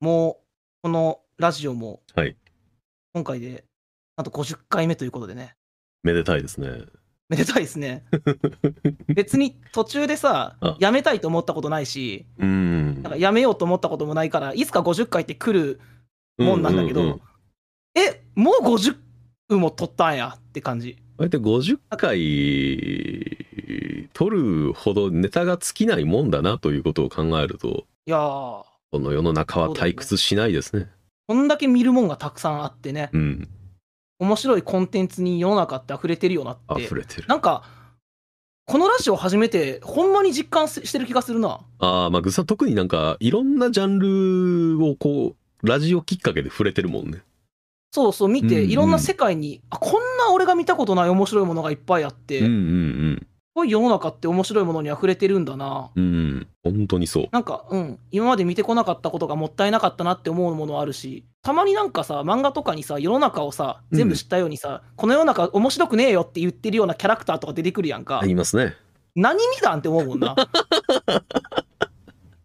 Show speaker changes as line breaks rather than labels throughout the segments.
もう、このラジオも
はい。
今回で、なんと50回目ということでね、
めでたいですね。
めでたいです ね。別に途中でさ
あ、
やめたいと思ったことないし、
うん
なんかやめようと思ったこともないから、いつか50回って来る、もんなんだけど
ううう
え、もう50も取ったんやって感じ。
あえて50回取るほどネタが尽きないもんだなということを考えると、
いやー、
この世の中は退屈しないですね。
こんだけ見るもんがたくさんあってね、
うん。
面白いコンテンツに世の中って溢れてるよなって
溢、れてる。
なんか、このラジオ始めて、ほんまに実感ししてる気がするな。
ああ、まあ、ぐっさん特になんか、いろんなジャンルをこう、ラジオきっかけで触れてるもんね。
そうそう、見て、
うんうん
いろんな世界に、あこんな俺が見たことない面白いものがいっぱいあって、
うん
す
うん
ごい世の中って面白いものに溢れてるんだな。
うん。うん。本当にそう。
なんか、うん、今まで見てこなかったことがもったいなかったなって思うものあるし、たまになんかさ、漫画とかにさ、世の中をさ、全部知ったようにさ、この世の中面白くねえよって言ってるようなキャラクターとか出てくるやんか
あ。りますね。
何見たんって思うもん な。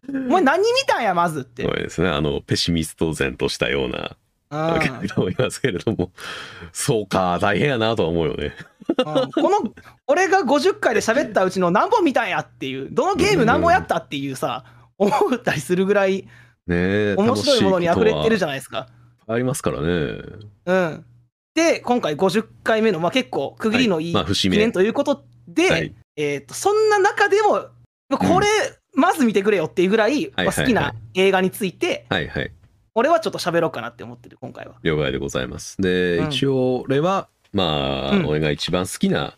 お前何見たんや、まずって。
そうですね。あの、ペシミスト然としたような
うん
わけだと思いますけれども、そうか、大変やなとは思うよね。
うんこの俺が50回で喋ったうちの何本見たんやっていうどのゲーム何本やったっていうさ思ったりするぐらい
ねえ
面白いものに溢れてるじ
ゃ
ゃないですか。
ん。ありますからね。
うん、で今回50回目の、まあ、結構区切りのいい
まあ、節
記
目。
念ということで、
はい
えー、とそんな中でもまあこれまず見てくれよっていうぐらい、
は
まあ
い
好き
はい
な
は
映画について
はいはい。
俺はちょっと喋ろうかなって思ってる今回は。
了解でございます。で、
うん
一応、俺は、まあ、
うん
俺が一番好きな、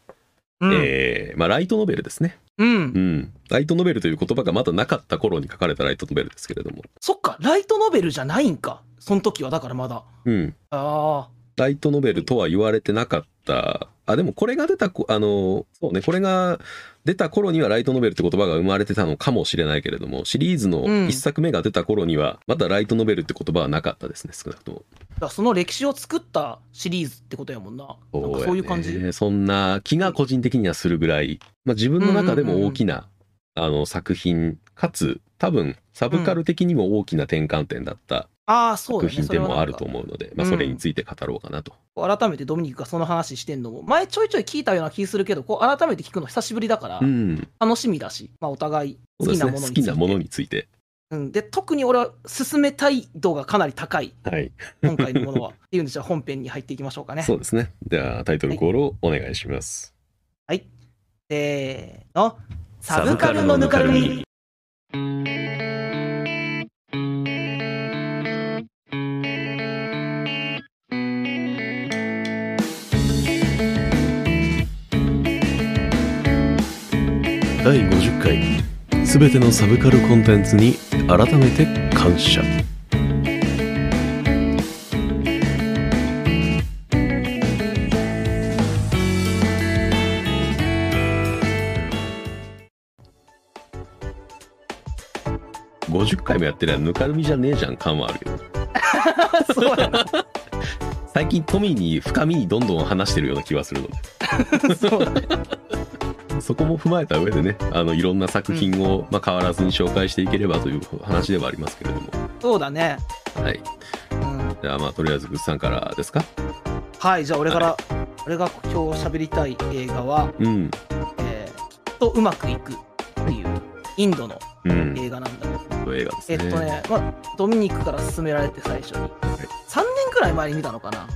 うん
えーまあ、ライトノベルですね。
うん
うん。ライトノベルという言葉がまだなかった頃に書かれたライトノベルですけれども。
そっかライトノベルじゃないんかその時はだからまだ。
うん。
あ
ライトノベルとは言われてなかった。あ、でもこれが出たこ、あの、そうね、これが出た頃にはライトノベルって言葉が生まれてたのかもしれないけれども、シリーズ
う
の
ん
1作目が出た頃には、まだライトノベルって言葉はなかったですね、少なくとも。
ーだからその歴史を作ったシリーズってことやもんななんか
やね
そういう感じ。
そんな気が個人的にはするぐらい、まあ、自分の中でも大きな、あの作品、かつ多分サブカル的にも大きな転換点だった
ああそう
作
だね
品
それ
で
はなん
も
か
あると思うので、まあ、それについて語ろうかなと。
改めてドミニクがその話してんのも前ちょいちょい聞いたような気するけどこう改めて聞くの久しぶりだから
うん。
楽しみだし、まあ、お互い
そ
好
うで
き
す
な
ね。
ものに
好
つい
き
て
なものについて。
うん、で特に俺は進めたい度がかなり高い
はい。
今回のもの はっていうんでじゃあ本編に入っていきましょうかね。
そうですね。ではタイトルコールをお願いします。
はい、せーのサブカルのぬかるみ。
第50回すべてのサブカルコンテンツに改めて感謝50回もやってりゃぬかるみじゃねえじゃん感はあるけど
そうやな
最近富に深みにどんどん話してるような気はするの で
そうだね
そこも踏まえた上でねあのいろんな作品を、まあ、変わらずに紹介していければという話ではありますけれども
そうだね、
はい
うん、
じゃあまあとりあえずグッさんからですか
はいじゃあ俺から、俺が今日喋りたい映画は
うん
「えーきっとうまくいく」っていうインドの
うん
映画なんだけど
映画です
え
ね
っとね、まあ、ドミニクから勧められて最初に、3年くらい前に見たのかな、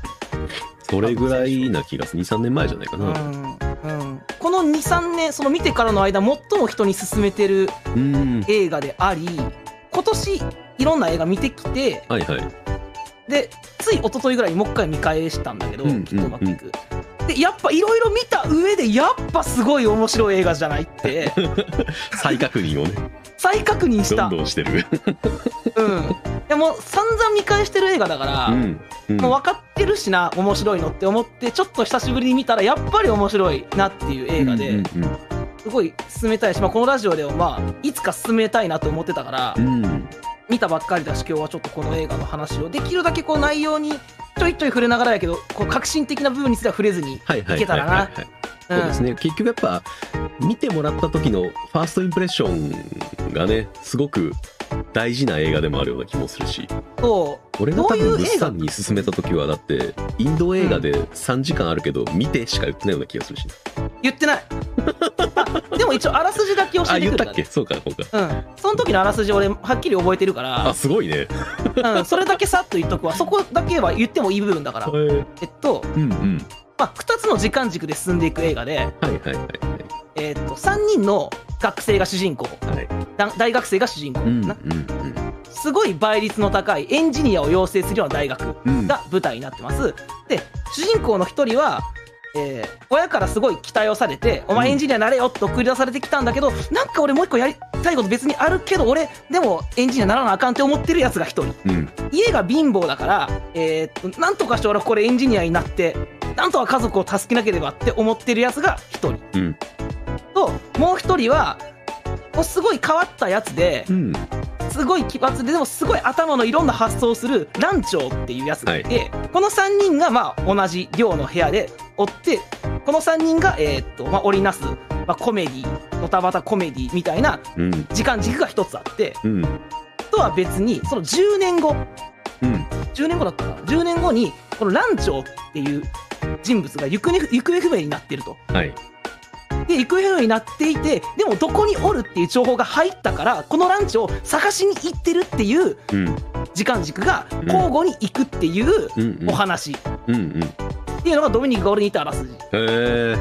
それぐらいな気がする23年前じゃないか
う
なん
うん、この23年その見てからの間最も人に勧めてる
うん、
映画であり今年いろんな映画見てきて
はいはい
でつい一昨日ぐらいにもう一回見返したんだけど、
うん
きっとうまくいく、でやっぱいろいろ見た上でやっぱすごい面白い映画じゃないって
再確認をね
再確認し
ど
た
んどんしてる
うんでも散々見返してる映画だから、
うん、うん、
もう分かってるしな面白いのって思ってちょっと久しぶりに見たらやっぱり面白いなっていう映画で、
うん
すごい進めたいし、まあ、このラジオでもまあいつか進めたいなと思ってたから、
うんうん
見たばっかりだし今日はちょっとこの映画の話をできるだけこう内容にちょいちょい触れながらやけどこう革新的な部分にすら触れずに、
はいはい
いけたらな
はいはいそうです
ね
ね、結局やっぱ見てもらった時のファーストインプレッションがねすごく大事な映画でもあるような気もするし
そ
俺が
ど
多
う
分
いう映画
物産に勧めた時はだってインド映画で3時間あるけど見てしか言ってないような気がするし、
う言って ないあでも一応あらすじだけ教
あ
えて
言っ
くれ
た
た
っ
ね
けそうかそうか
うん、その時のあらすじ俺はっきり覚えてるか
あ
ら、
すごいね
うん、それだけさっと言っとくわそこだけは言ってもいい部分だから
うん
えっと、
うん
まあ、2つの時間軸で進んでいく映画で、
はいはいはい
えっと3人の学生が主人公
はいはい
だ大学生が主人公、
うんうん
なすごい倍率の高いエンジニアを養成するような大学
うん
が舞台になってます。で主人公の一人は、えー親からすごい期待をされて「お前エンジニアになれよ」って送り出されてきたんだけどなんか俺もう一個やりたいこと別にあるけど俺でもエンジニアにならなあかんって思ってるやつが一人
うん
家が貧乏だから、えーっとなんとかして俺はこれエンジニアになってなんとか家族を助けなければって思ってるやつが一人
うん
ともう一人はもうすごい変わったやつで
うん
すごい奇抜ででもすごい頭のいろんな発想をするランチョウっていうやつがいて、この3人がまあ同じ寮の部屋でおってこの3人がえーっと、まあ、織りなす、まあ、コメディドタバタコメディみたいな
うん
時間軸が一つあって
うん
とは別にその10年後
うん
10年後だったかな10年後にこのランチョウっていう人物が行方行方不明になってると。
はい
で行方不明になっていてでもどこにおるっていう情報が入ったからこのランチを探しに行ってるっていう
うん
時間軸が
ん
交互に行くっていう
うんうん
お話っ
うんうんへ
ていうのがドミニクが俺に言ったあらすじ。
え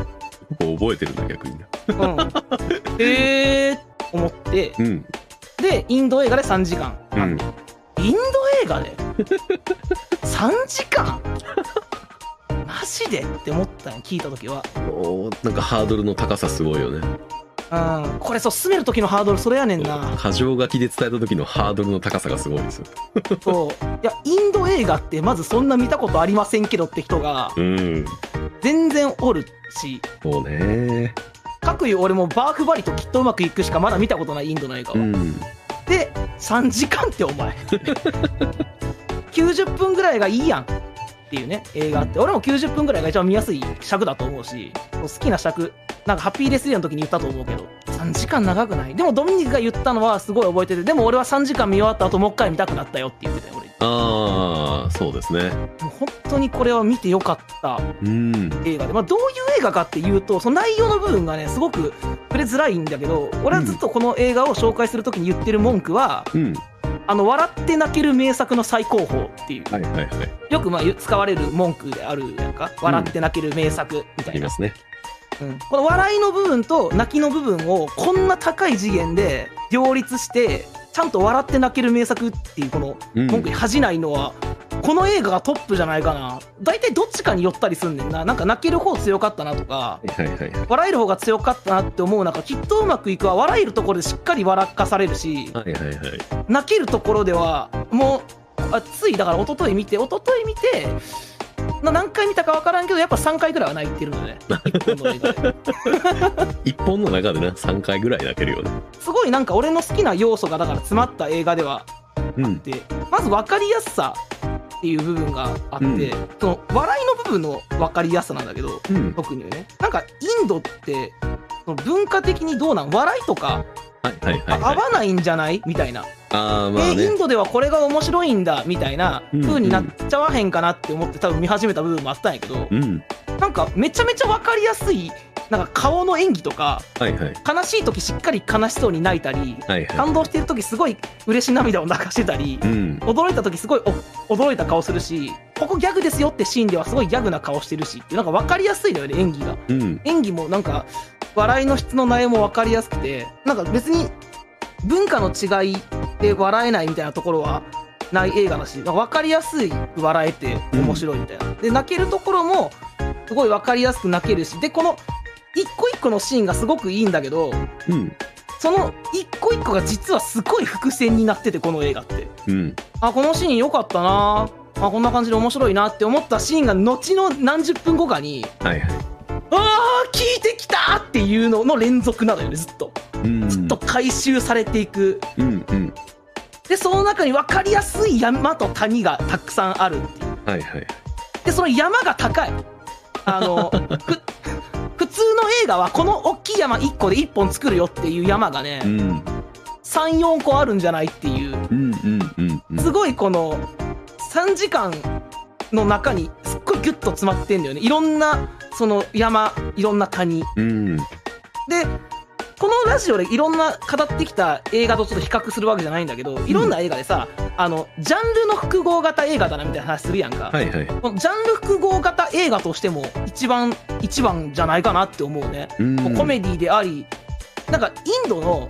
覚えてるな逆にな
うん、 えーって思って
うん
でインド映画で3時間、
うん
インド映画で3時間 マジでって思ったの聞いた時は、
おーなんかハードルの高さすごいよね
うん、これそう進める時のハードルそれやねんな。
過剰書きで伝えた時のハードルの高さがすごいですよ
そういやインド映画ってまずそんな見たことありませんけどって人が
うん
全然おるし
そうね
かくいう俺もバーフバリときっとうまくいくしかまだ見たことないインドの映画は、
うん
で3時間ってお前90分ぐらいがいいやんっていうね映画って俺も90分ぐらいが一番見やすい尺だと思うし好きな尺なんかハッピーレスリアの時に言ったと思うけど3時間長くないでもドミニクが言ったのはすごい覚えててでも俺は3時間見終わった後もう一回見たくなったよって言ってたよ俺
ああそうですね
もう本当にこれは見てよかった
うん
映画で、まあ、どういう映画かっていうとその内容の部分がねすごく触れづらいんだけど俺はずっとこの映画を紹介するときに言ってる文句は、
うん
あの笑って泣ける名作の最高峰っていう
はいはいはい
よくまあ言う使われる文句であるやんか笑って泣ける名作み
あ
たい
り
な、
ますね
うんこの笑いの部分と泣きの部分をこんな高い次元で両立してちゃんと笑って泣ける名作っていうこの
うん
文句に恥じないのは、この映画がトップじゃないかな大体どっちかに寄ったりすんねんななんか泣ける方強かったなとか
はいはいはい
笑える方が強かったなって思う中きっとうまくいくは笑えるところでしっかり笑かされるし
はいはいはい
泣けるところではもうあついだから一昨日見て一昨日見てな何回見たか分からんけどやっぱ3回ぐらいは泣いてるのね一本の映画で
一本の中でな3回ぐらい泣けるよね
すごいなんか俺の好きな要素がだから詰まった映画では
うん
でまず分かりやすさっていう部分があって、
うん
その笑いの部分の分かりやすさなんだけど
うん
特にねなんかインドってその文化的にどうなん笑いとか
はいはい
あ
はいは
合
い
わないんじゃないみたいな
ああまあ
えイン
ね
ドではこれが面白いんだみたいな風になっちゃわへんかなって思って多分見始めた部分もあったんやけど、
うん
なんかめちゃめちゃ分かりやすいなんか顔の演技とか
はいはい
悲しい時しっかり悲しそうに泣いたり
はいは
感動してる時すごい嬉しい涙を流してたり
いうん
驚いた時すごいお驚いた顔するしここギャグですよってシーンではすごいギャグな顔してるしっていうなんか分かりやすいのよね演技が。
うん
演技もなんか笑いの質の内容も分かりやすくてなんか別に文化の違いで笑えないみたいなところはない映画だしなんか分かりやすい笑えて面白いみたいな、で泣けるところもすごい分かりやすく泣けるしでこの一個一個のシーンがすごくいいんだけど
うん
その一個一個が実はすごい伏線になっててこの映画って
うん
あこのシーン良かったなあこんな感じで面白いなって思ったシーンが後の何十分後かに
はいはい
あー聞いてきたっていうのの連続なのよねずっと
うん
ずっと回収されていく
うんうん
でその中に分かりやすい山と谷がたくさんあるっていう
はいはい
でその山が高いあ のふ普通の映画はこの大きい山1個で1本作るよっていう山がね
うん
3、4個あるんじゃないっていう、
うんうんうんうん
すごいこの3時間の中にすっごいギュッと詰まってんだよね。いろんなその山、いろんな谷。
うん
で、このラジオでいろんな語ってきた映画とちょっと比較するわけじゃないんだけど、いろんな映画でさ、あの、ジャンルの複合型映画だなみたいな話するやんか。
はいはい
このジャンル複合型映画としても一番一番じゃないかなって思うね、
うん
もうコメディでありなんかインドの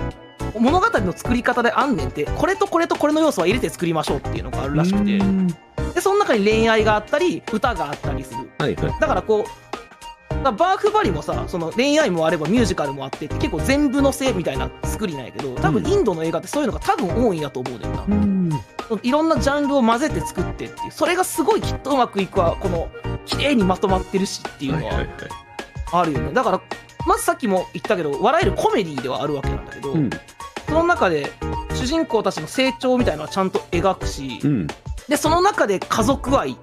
物語の作り方であんねんってこれとこれとこれの要素は入れて作りましょうっていうのがあるらしくて
うん
でその中に恋愛があったり歌があったりする
はいはい
だからこうだからバーフバリもさその恋愛もあればミュージカルもあってって結構全部のせみたいな作りなんやけど多分インドの映画ってそういうのが多分多いんやと思うねんな、
うん
いろんなジャンルを混ぜて作ってっていうそれがすごいきっとうまくいくわこの綺麗にまとまってるしっていう
はい
の
はいは
はいあるよね、だからまずさっきも言ったけど笑えるコメディではあるわけなんだけど、
うん
その中で主人公たちの成長みたいなのはちゃんと描くし、
うん
でその中で家族愛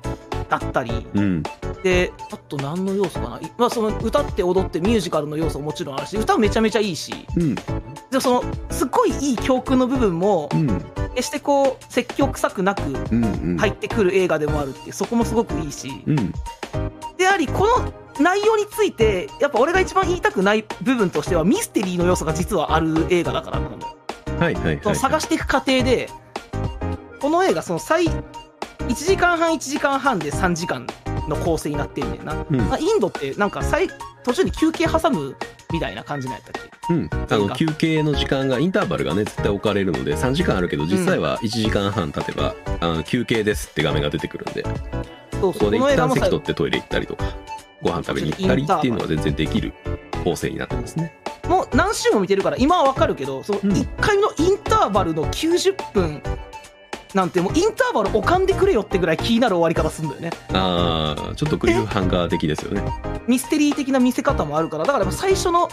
だったり
うん
であと何の要素かない、まあ、その歌って踊ってミュージカルの要素ももちろんあるし歌めちゃめちゃいいし
うん
でそのすっごいいい教訓の部分も
うん
決してこう説教臭くなく
うんうん
入ってくる映画でもあるっていうそこもすごくいいし
うん
でありこの内容についてやっぱ俺が一番言いたくない部分としてはミステリーの要素が実はある映画だからなのよ
はいはい
その
はい
探していく過程でこの映画その最1時間半1時間半で3時間の構成になってるんだよな、
うん
まあインドってなんか最途中に休憩挟むみたいな感じなんやったっけ
うん、あ
なん
の
か
休憩の時間がインターバルがね絶対置かれるので3時間あるけど実際は1時間半経てば、あの休憩ですって画面が出てくるんで
そう
そ
そ
こ
う
で
この
一
映画
旦
も
席
さ
取ってトイレ行ったりとかご飯食べに行ったりっていうのは全然できる構成になってますね。
もう何週も見てるから今はわかるけどその
うん
1回のインターバルの90分なんてもうインターバルおかんでくれよってぐらい気になる終わり方するんだよね
あーちょっとクリフハンガー的ですよね。
ミステリー的な見せ方もあるからだからやっぱ最初の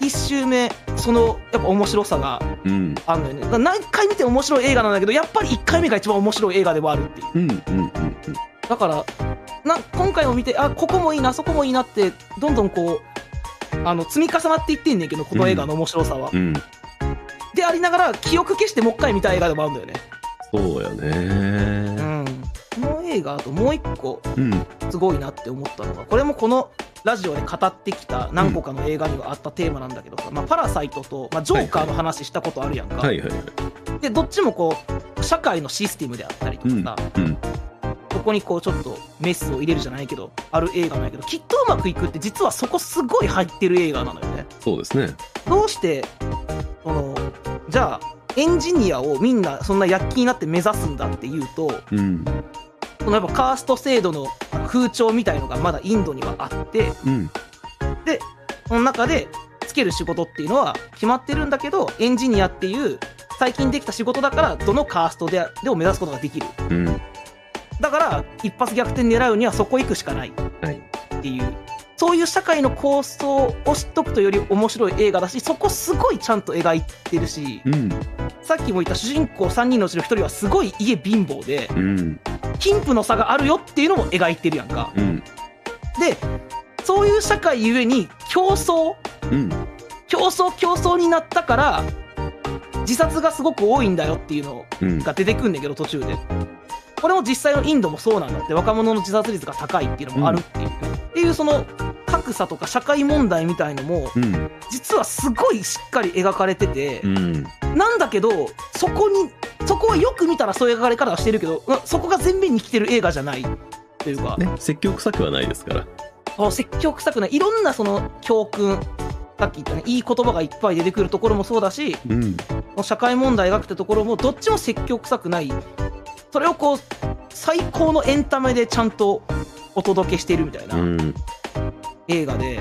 1周目そのやっぱ面白さが
うん
あるのよねだから何回見ても面白い映画なんだけどやっぱり1回目が一番面白い映画ではあるっていう
うんうんうんうん
だからな今回も見てあここもいいなそこもいいなってどんどんこうあの積み重なっていってんねんけどこの映画の面白さは、
うん
でありながら記憶消してもう一回見たい映画でもあるんだよね
そうよ
う
ね。
ん、この映画あともう一個
うん
すごいなって思ったのがこれもこのラジオで語ってきた何個かの映画にはあったテーマなんだけどさ「まあ、パラサイト」と「まあ、ジョーカー」の話したことあるやんか、
はいはいはい。
でどっちもこう社会のシステムであったりと
う
か
ん
さ、
うん
そこにこうちょっとメスを入れるじゃないけどある映画なんやけどきっとうまくいくって実はそこすごい入ってる映画なのよね。
そうですね。
どうしてそのじゃあエンジニアをみんなそんな躍起になって目指すんだっていうと
うん
そのやっぱカースト制度の風潮みたいのがまだインドにはあって
うん
でその中でつける仕事っていうのは決まってるんだけどエンジニアっていう最近できた仕事だからどのカーストででも目指すことができる
うん
だから一発逆転狙うにはそこ行くしかない
はい。
っていうそういう社会の構想を知っとくとより面白い映画だしそこすごいちゃんと描いてるし
うん
さっきも言った主人公3人のうちの1人はすごい家貧乏で
うん
貧富の差があるよっていうのも描いてるやんか。
うん
でそういう社会ゆえに競争
うん
競争競争になったから自殺がすごく多いんだよっていうの
うん
が出てくんだけど途中でこれも実際のインドもそうなんだって若者の自殺率が高いっていうのもあるっていう、っていうその格差とか社会問題みたいのも
うん
実はすごいしっかり描かれてて
う、ん
なんだけどそこにそこはよく見たらそういう描かれ方はしてるけどうんそこが全面に来てる映画じゃないというか、
ね積極臭くはないですから。
こう説教臭くないいろんなその教訓さっき言ったねいい言葉がいっぱい出てくるところもそうだし
うん
社会問題描くってところもどっちも説教臭くないそれをこう最高のエンタメでちゃんとお届けしているみたいな
うん
映画で、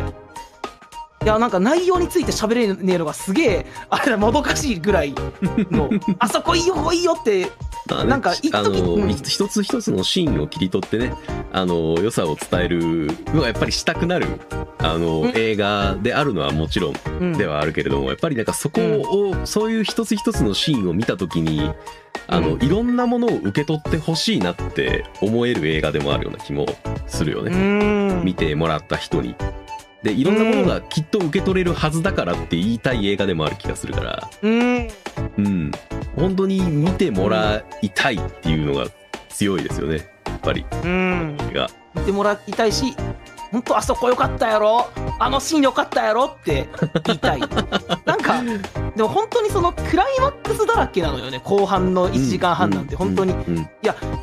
いやなんか内容について喋れねえのがすげえあれだもどかしいぐらい のあそこいいよここいいよって
まあね
なんか一時
あの、
うん
一一つ一つのシーンを切り取ってねあの良さを伝えるのはやっぱりしたくなるあの、
うん
映画であるのはもちろん
うん
ではあるけれどもやっぱりなんかそこを、そういう一つ一つのシーンを見た時にあの、
う
いろんなものを受け取ってほしいなって思える映画でもあるような気もするよ
う
ね、
ーん
見てもらった人に。でいろんなものがきっと受け取れるはずだからって言いたい映画でもある気がするから。
うーん
うん、本当に見てもらいたいっていうのが強いですよねやっぱり
うん
が
見てもらいたいし本当あそこ良かったやろあのシーン良かったやろって言い たいなんかでも本当にそのクライマックスだらけなのよね後半の1時間半なんて本当に
うん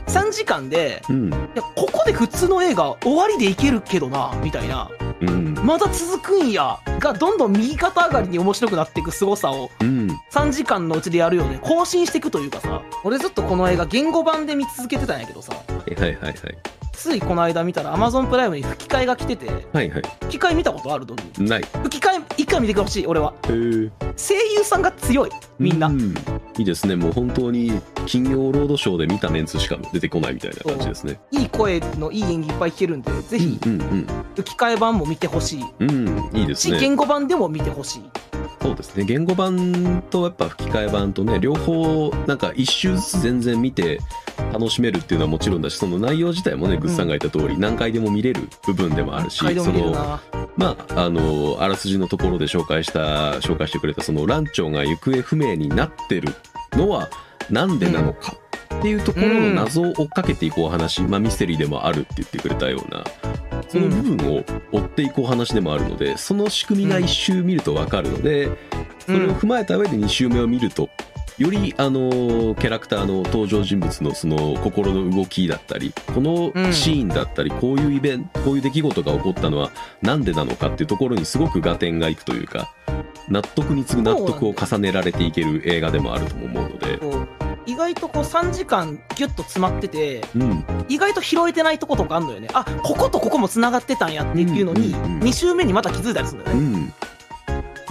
3時間で
うん
いやここで普通の映画終わりでいけるけどなみたいな
うん
まだ続くんやがどんどん右肩上がりに面白くなっていく凄さを
うん
3時間のうちでやるよね更新していくというかさ俺ずっとこの映画言語版で見続けてたんやけどさ
はいはいはいはい
ついこの間見たら Amazon プライムに吹き替えが来てて
はいはい
吹き替え見たことあるドミ
ないへ
吹き替え一回見てほしい俺は
え
声優さんが強いみんな、
ういいですねもう本当に金曜ロードショーで見たメンツしか出てこないみたいな感じですね
いい声のいい演技いっぱい聞けるんでぜ
う
ひ
んうん
吹き替え版も見てほしい
うんうんいいです
し、
ね
言語版でも見てほしい
そうですね言語版とやっぱ吹き替え版とね両方なんか一周ずつ全然見て楽しめるっていうのはもちろんだしその内容自体もねグッさんが言った通り何回でも見れる部分でもあるし
北海道
そ
見れる
の
な
まああのあらすじのところで紹介した紹介してくれたそのランチョンが行方不明になってるのはなんでなのかっていうところの謎を追っかけていこう話、まあ、ミステリーでもあるって言ってくれたようなその部分を追っていこう話でもあるのでその仕組みが1周見ると分かるので、それを踏まえた上で2周目を見るとよりあのキャラクターの登場人物のその心の動きだったりこのシーンだったりこういうイベントこういう出来事が起こったのはなんでなのかっていうところにすごく合点がいくというか納得に次ぐ納得を重ねられていける映画でもあるとも思うので。
こう意外とこう3時間ギュッと詰まってて
うん、
意外と拾えてないとことかあるのよねあこことここも繋がってたんやっていうのに、
うんうんうん
2周目にまた気づいたりするんだ
う
よね、
ん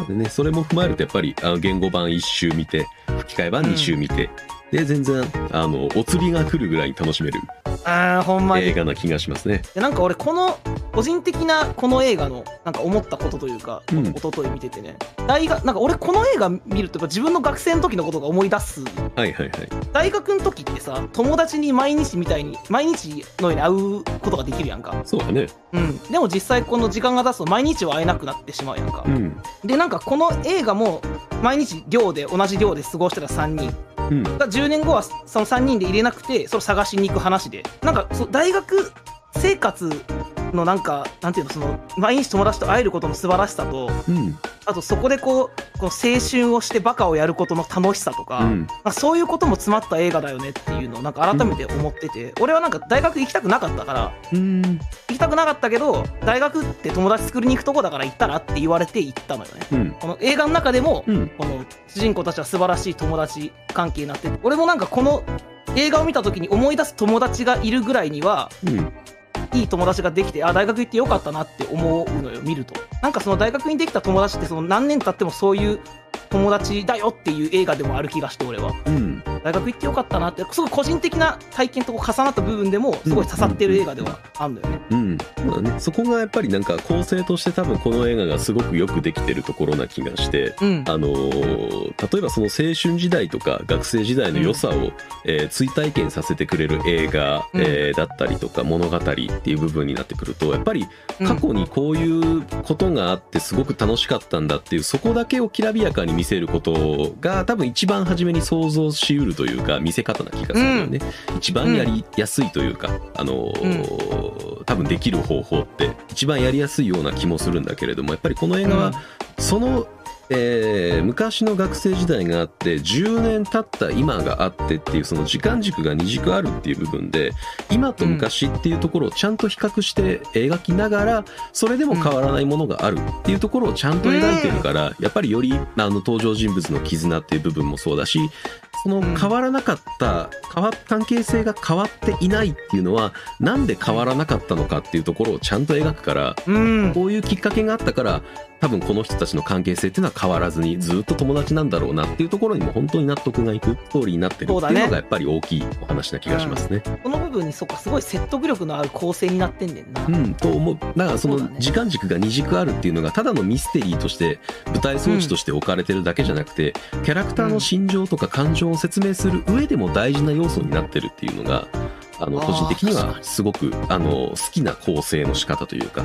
でね、それも踏まえるとやっぱりあの言語版1周見て吹き替え版2周見て、で全然あのお釣りが来るぐらいに楽しめる
ああほんまに
映画な気がしますね。
でなんか俺この個人的なこの映画のなんか思ったことというか、
うん
一昨日見ててね大学なんか俺この映画見るとやっぱ自分の学生の時のことが思い出す
はいはいはい。
大学の時ってさ友達に毎日みたいに毎日のように会うことができるやんか
そうだね。
うんでも実際この時間が経つと毎日は会えなくなってしまうやんか、
うん。
でなんかこの映画も毎日寮で同じ寮で過ごしてた3人
うん。
が10年後はその3人で入れなくてそれを探しに行く話でなんかそう大学生活のなんかなんていうのその毎日友達と会えることの素晴らしさと
うん。
あとそこでこうこう青春をしてバカをやることの楽しさとか、
う
ま
ん。
あ、そういうことも詰まった映画だよねっていうのをなんか改めて思ってて、俺はなんか大学行きたくなかったから
うん。
行きたくなかったけど大学って友達作りに行くとこだから行ったらって言われて行ったのよね。
うん。
この映画の中でも、
うん。
この主人公たちは素晴らしい友達関係になって俺もなんかこの映画を見た時に思い出す友達がいるぐらいには
うん。
いい友達ができてあ大学行ってよかったなって思うのよ見るとなんかその大学にできた友達ってその何年経ってもそういう友達だよっていう映画でもある気がして俺は
うん。
大学行ってよかったなってすごい個人的な体験とこう重なった部分でもすごい刺さってる映画ではあるのよね
うん。そうだね。そこがやっぱりなんか構成として多分この映画がすごくよくできてるところな気がして。
うん
あのー例えばその青春時代とか学生時代の良さを、えー追体験させてくれる映画、
うん
えーだったりとか物語っていう部分になってくるとやっぱり過去にこういうことがあってすごく楽しかったんだっていうそこだけをきらびやかに見せることが多分一番初めに想像しうるというか見せ方な気がするよね、一番やりやすいというかあのー多分できる方法って一番やりやすいような気もするんだけれどもやっぱりこの映画はその、えー昔の学生時代があって10年経った今があってっていうその時間軸が二軸あるっていう部分で今と昔っていうところをちゃんと比較して描きながらそれでも変わらないものがあるっていうところをちゃんと描いてるからやっぱりよりあの登場人物の絆っていう部分もそうだしその変わらなかった変わ関係性が変わっていないっていうのはなんで変わらなかったのかっていうところをちゃんと描くから
うん
こういうきっかけがあったから多分この人たちの関係性っていうのは変わらずにずっと友達なんだろうなっていうところにも本当に納得がいくストーリーになってるってい
そ
う
うだ
の
ね
がやっぱり大きいお話な気がしますね。
この部分にそっかすごい説得力のある構成になってんねんな、
うん、と思うだからそ
そうだ
の
ね
時間軸が二軸あるっていうのがただのミステリーとして舞台装置として置かれてるだけじゃなくてキャラクターの心情とか感情を説明する上でも大事な要素になってるっていうのがあの
あー
個人的に
確
は
かに
すごくあの好きな構成の仕方というか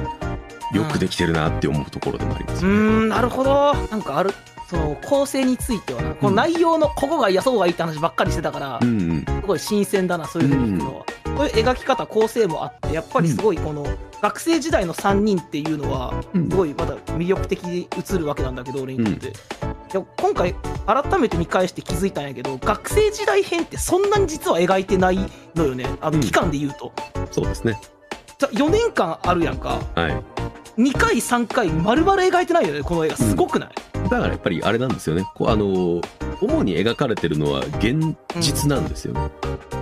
よくできてるなって思うところでもあります
うー
よね。
んなるほどなんかあるその構成についてはなこの内容のここがいやそうがいいって話ばっかりしてたから、
うんうん
すごい新鮮だなそういうふうに聞くのは、そういう描き方構成もあってやっぱりすごいこの学生時代の3人っていうのは
うん
すごいまだ魅力的に映るわけなんだけど俺にとって、でも今回改めて見返して気づいたんやけど学生時代編ってそんなに実は描いてないのよねあ
う
の
ん
期間で言うと、
そうですね
じゃ4年間あるやんか
はい
2回3回丸々描いてないよねこの映画すごくない、
だからやっぱりあれなんですよねこうあの主に描かれてるのは現実なんですよね、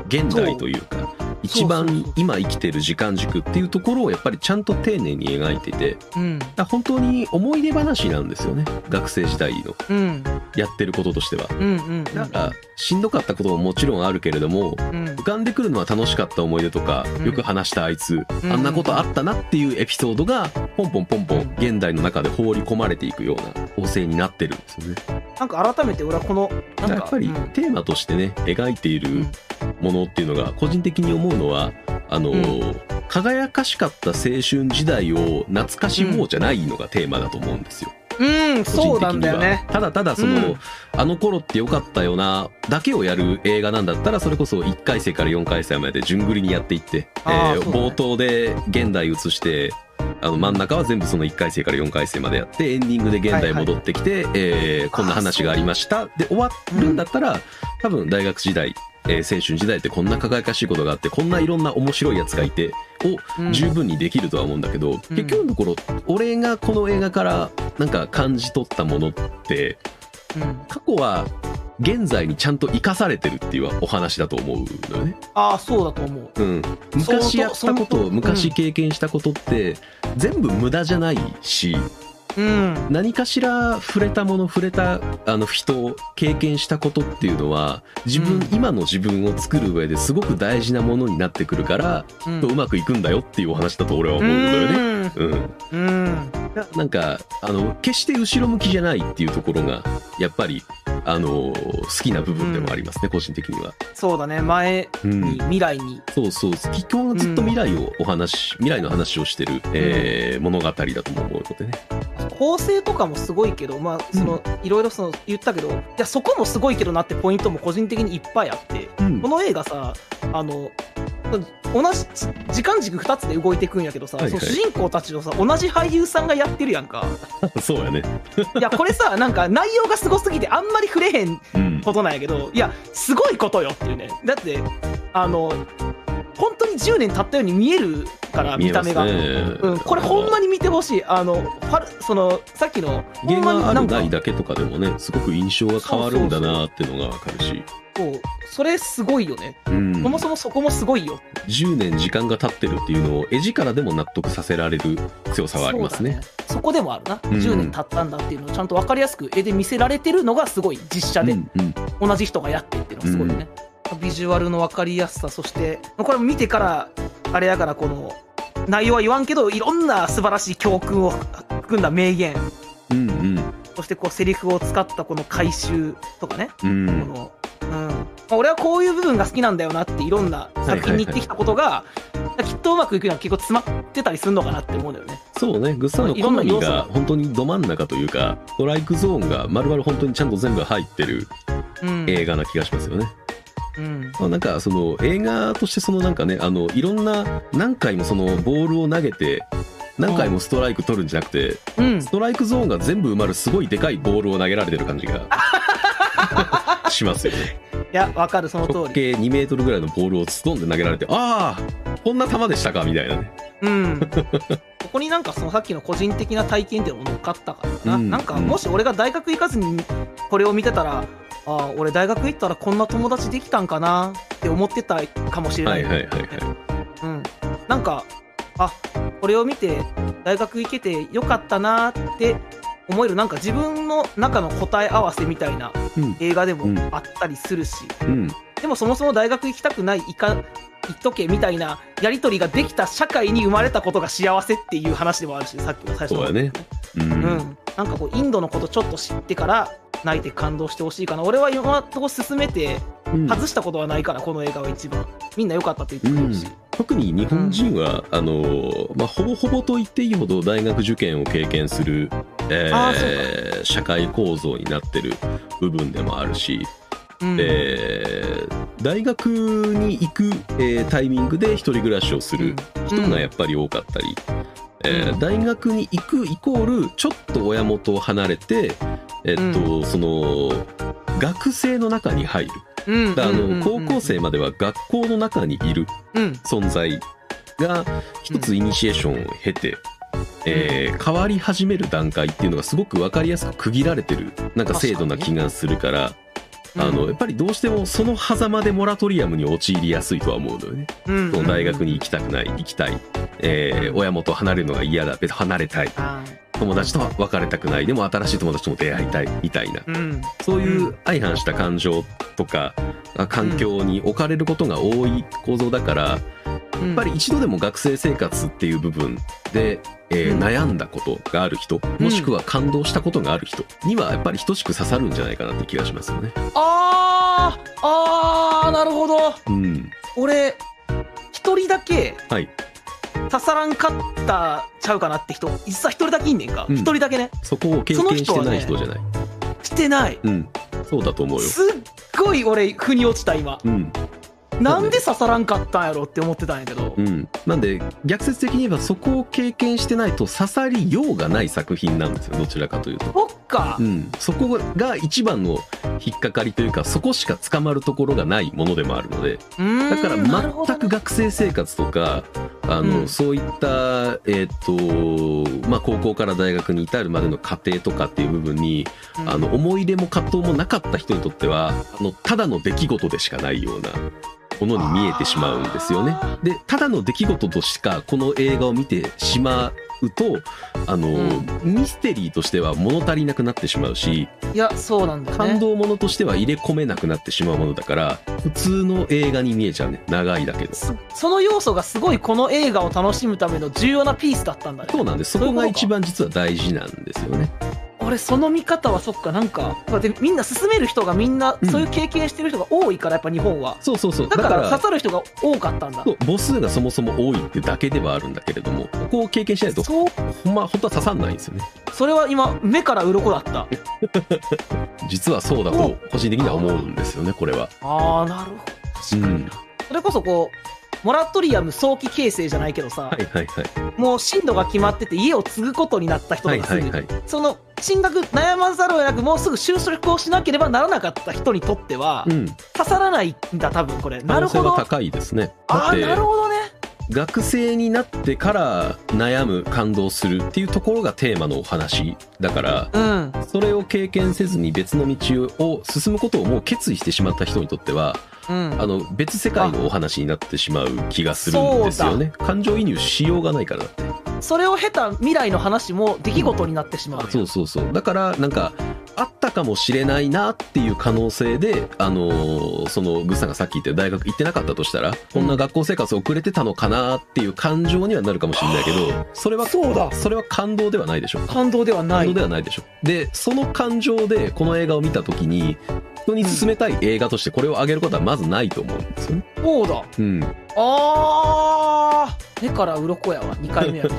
現代というか一
そうそうそ
番
う
今生きてる時間軸っていうところをやっぱりちゃんと丁寧に描いてて
うん
だから本当に思い出話なんですよね学生時代の
うん
やってることとしては
うんうん
だからしんどかったことももちろんあるけれど
う
も
ん
浮かんでくるのは楽しかった思い出とか
うん
よく話したあいつ、
うん
あんなことあったなっていうエピソードがポンポンポンポン現代の中で放り込まれていくような構成になってるんですよね。
なんか改めて俺はこのなんか
やっぱり
うん
テーマとしてね描いているものっていうのが個人的に思うのはあのー輝かしかった青春時代を懐かしもうじゃないのがテーマだと思うんですよ。
うん、
個人的に
そ
は
うなんだよね。
ただただその、
うん
あの頃って良かったよなだけをやる映画なんだったらそれこそ1回生から4回生まで順繰りにやっていって、え
あー
ー
そうだね
冒頭で現代移してあの真ん中は全部その1回生から4回生までやってエンディングで現代戻ってきて、えーこんな話がありましたで終わるんだったら、多分大学時代、えー青春時代ってこんな輝かしいことがあってこんないろんな面白いやつがいてを
うん
十分にできるとは思うんだけど、結局のところ俺がこの映画からなんか感じ取ったものって
うん
過去は現在にちゃんと生かされてるっていうお話だと思うのよね。
ああ、そうだと思う。
うん、昔やったこ
その
と
と
昔
うん
経験したことって全部無駄じゃないし
うん。
何かしら触れたもの触れたあの人経験したことっていうのは自分、
うん
今の自分を作る上ですごく大事なものになってくるから、
うん
うまくいくんだよっていうお話だと俺は思うのよね。うん
うん。
ななんかあの決して後ろ向きじゃないっていうところがやっぱりあの好きな部分でもありますね、個人的には。
そうだね。前
う
に、
ん、
未来に。
そうそう結局はずっと未来をお話、未来の話をしてる、えー物語だとも思うのでね。
構成とかもすごいけど、まあ、その、いろいろその、言ったけど、いや、そこもすごいけどなってポイントも個人的にいっぱいあって、
うん
この映画さ、あの、同じ時間軸2つで動いていくんやけどさ、
はいはい
その主人公たちをさ同じ俳優さんがやってるやんか
そうやね。
いやこれさなんか内容がすごすぎてあんまり触れへん
うん
ことなんやけどいやすごいことよっていうねだってあの本当に10年経ったように見えるから見た目が、
見えますね
うん、これほんまに見てほしいあのファルそのさっきのほ
ゲー
んまに
ムあ
な
る
んか
ないだけとかでもねすごく印象が変わるんだなーっていうのがわかるし、
そうそれすごいよね、
うん、
そもそもそこもすごいよ
10年時間が経ってるっていうのを絵力でも納得させられる強さはあります
そう
ね
だ。そこでもあるな、
ん
10年経ったんだっていうのをちゃんと分かりやすく絵で見せられてるのがすごい実写で、
うんうん
同じ人がやってっていうのがすごいよね、ビジュアルの分かりやすさそしてこれも見てからあれやからこの内容は言わんけどいろんな素晴らしい教訓を含んだ名言
うんうん
そしてこうセリフを使ったこの回収とかね、
うん
この、うんまあ、俺はこういう部分が好きなんだよなっていろんな作品に言ってきたことが、きっとうまくいくのは結構詰まってたりするのかなって思うんだよね。
そうね、グッサンの好みが本当にど真ん中というか、ストライクゾーンが丸々本当にちゃんと全部入ってる
うん
映画な気がしますよね。
うん
まあなんかその映画としてそのなんかね、あのいろんな何回もそのボールを投げて、何回もストライク取るんじゃなくて、
うん
ストライクゾーンが全部埋まるすごいでかいボールを投げられてる感 じがしますよね。
いやわかるその
直
通り。
径2メートルぐらいのボールをストンで投げられて、ああ、こんな球でしたかみたいなね。
うん、ここになんかそのさっきの個人的な体験っていうのも乗っかったからな、
うん
なんか
うん
もし俺が大学行かずにこれを見てたらああ俺大学行ったらこんな友達できたんかなって思ってたかもしれな
はいいはいはいはい。
うん、なんかあこれを見て大学行けてよかったなって思えるなんか自分の中の答え合わせみたいな
うん
映画で
うん
もあったりするし、
うん
でもそもそも大学行きたくない行か行っとけみたいなやり取りができた社会に生まれたことが幸せっていう話でもあるしさっきの最初の
そうだねう
うんん、なんかこうインドのことちょっと知ってから泣いて感動してほしいかな俺は今のとこ進めて
うん
外したことはないから、この映画は一番みんな良かったって言ってくれるし、
特に日本人は、あのまあ、ほぼほぼと言っていいほど大学受験を経験するえー
あー
社会構造になってる部分でもあるし、
うん
えー大学に行く、えータイミングで一人暮らしをする人がやっぱり多かったり、えー
うん
大学に行くイコールちょっと親元を離れて、えっとその学生の中に入る
うん
だからあ
うんう
の高
ん
校生までは学校の中にいる
うん
存在が一つイニシエーションを経て、えー変わり始める段階っていうのがすごく分かりやすく区切られてるなんか制度な気がするからあのやっぱりどうしてもその狭間でモラトリアムに陥りやすいとは思うのよね。
うん
その大学に行
き
きたくない行きたい、えー親元離れるのが嫌だ別離れたい友達とは別れたくないでも新しい友達とも出会いたいみたいな
うん
そういうう相反した感情とかあ環境に置かれることが多い構造だから、
や
やっぱり一度でも学生生活っていう部分で、えー
うん
悩んだことがある人もしくは感動したことがある人にはやっぱり等しく刺さるんじゃないかなって気がしますよね。
あーあーなるほど
うん、
俺一人だけ
はい
刺さらんかったちゃうかなって人実は一人だけいんねんか
うん
一人だけね
そこを経験してない人じゃない。
してない
うん、そうだと思うよ。
すっごい俺腑に落ちた今
うん、
なんで刺さらんかったんやろって思ってたんやけど
うん、なんで逆説的に言えばそこを経験してないと刺さりようがない作品なんですよどちらかというと。
そっか
うん、そこが一番の引っかかりというかそこしか捕まるところがないものでもあるので
だ
だから全く学生生活とかあの、
うん
そういった、えーとまあ、高校から大学に至るまでの過程とかっていう部分に、あの思い入れも葛藤もなかった人にとってはあのただの出来事でしかないようなものに見えてしまうんですよね。でただの出来事としかこの映画を見てしまうとあの、
うん
ミステリーとしては物足りなくなってしまうし
いやそうなんだよね
感動ものとしては入れ込めなくなってしまうものだから普通の映画に見えちゃうね長いだけど。
そその要素がすごいこの映画を楽しむための重要なピースだったんだね
そうなんです。そ
そうい
こ
うこ
が
とか
一番実は大事なんですよね。
俺その見方はそっかなんかでみんな進める人がみんな
うん
そういう経験してる人が多いからやっぱ日本は、
そうそうそう。だ
だ
か、
からら刺さる人が多かったんだ
そう母数がそもそも多いってだけではあるんだけれども、ここを経験しないと、
そう
ほんま、本当は刺さんないんですよね。
それは今目から鱗だった
実はそうだと、個人的には思うんですよね、これは。
あーなるほど
うん。
それこそこうモラトリアム早期形成じゃないけどさ、
はいはいはい。
もう進路が決まってて家を継ぐことになった人
は
と
い
かす
は
ぐ、
いはい。
その進学悩まざるを得なくもうすぐ就職をしなければならなかった人にとっては、
うん。
刺さらないんだ多分これ
可
なる
能性
ほど
は
あ
高いですね。
あ
だっ
ーなる
て、
ほどね
学生になってから悩む、感動するっていうところがテーマのお話だから、
うん
それを経験せずに別の道を進むことをもう決意してしまった人にとっては、
うん
あの別世界のお話になってしまう気がするんですよね感情移入しようがないからだって
それを経た未来の話も出来事になってしまう、
そうそうそうだからなんかあったかもしれないなっていう可能性であのーそのグッさんがさっき言って大学行ってなかったとしたらこんな学校生活遅れてたのかなっていう感情にはなるかもしれないけどそれは
そうだ
それは感動ではないでしょ
感動ではな
感動
い
ではないでしょでその感情でこの映画を見た時に人に勧めたい映画としてこれを挙げることはまずないと思うんですよね。
そうだ
うん、
あー目から鱗やわ2回目やけど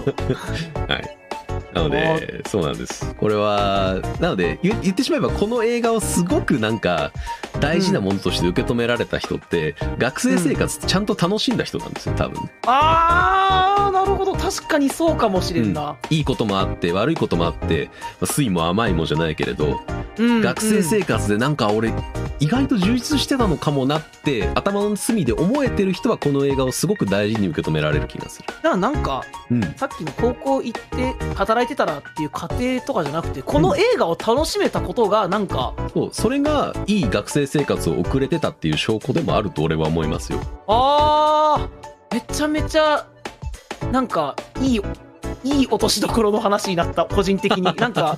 なの
あ
で、そうなんです。これは、なので、言言ってしまえば、この映画をすごくなんか、大事なものとして受け止められた人って、学生生活ちゃんと楽しんだ人なんですよ、多分。
あーなるほど確かにそうかもしれんな、
いいこともあって、悪いこともあって、まあ酸いも甘いもじゃないけれど、
うん
学生
う
生
ん
活でなんか俺、意外と充実してたのかもなって、頭の隅で思えてる人は、この映画をすごく大事に受け止められる気がする。
だからなんか
うん。
さっきの高校行って働いてたらっていう過程とかじゃなくてこの映画を楽しめたことがなんか、
そう、それが、いい学生生活を送れてたっていう証拠でもあると俺は思いますよ。
あーめちゃめちゃなんかいいいい落としどころの話になった個人 的になんか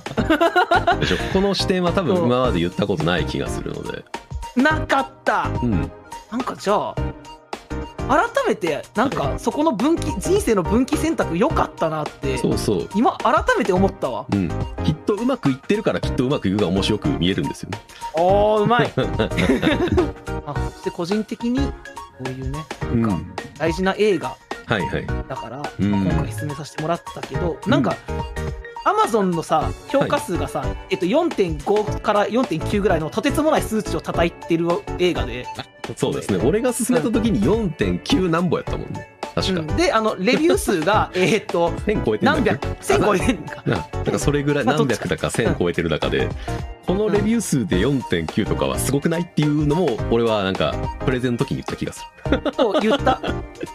でしょこの視点は多分
そう
今まで言ったことない気がするので、
なかった
うん、
なんかじゃあ改めてなんかそこの分岐人生の分岐選択良かったなって
そうそう、
今改めて思ったわ
うん、きっとうまくいってるからきっとうまくいくが面白く見えるんですよね。
おーうま いあそして個人的にこういうね
うん
か大事な映画
はいはい、
だから
うん
今回進めさせてもらったけど、なんかアマゾンのさ評価数がさ、えっと、4.5から4.9ぐらいのとてつもない数値を叩いてる映画で、
そうですね俺が勧めた時に4.9何本やったもんね確か、
うんであのレビュー数がえーっ と
1000超えてんだっ
何
け
百1000超えてんのか
ななんかそれぐらい
まあ
何百だか
うん
1000超えてる中でこのレビュー数で4.9とかはすごくないっていうのも俺はなんかプレゼンの時に言った気がす
そう言った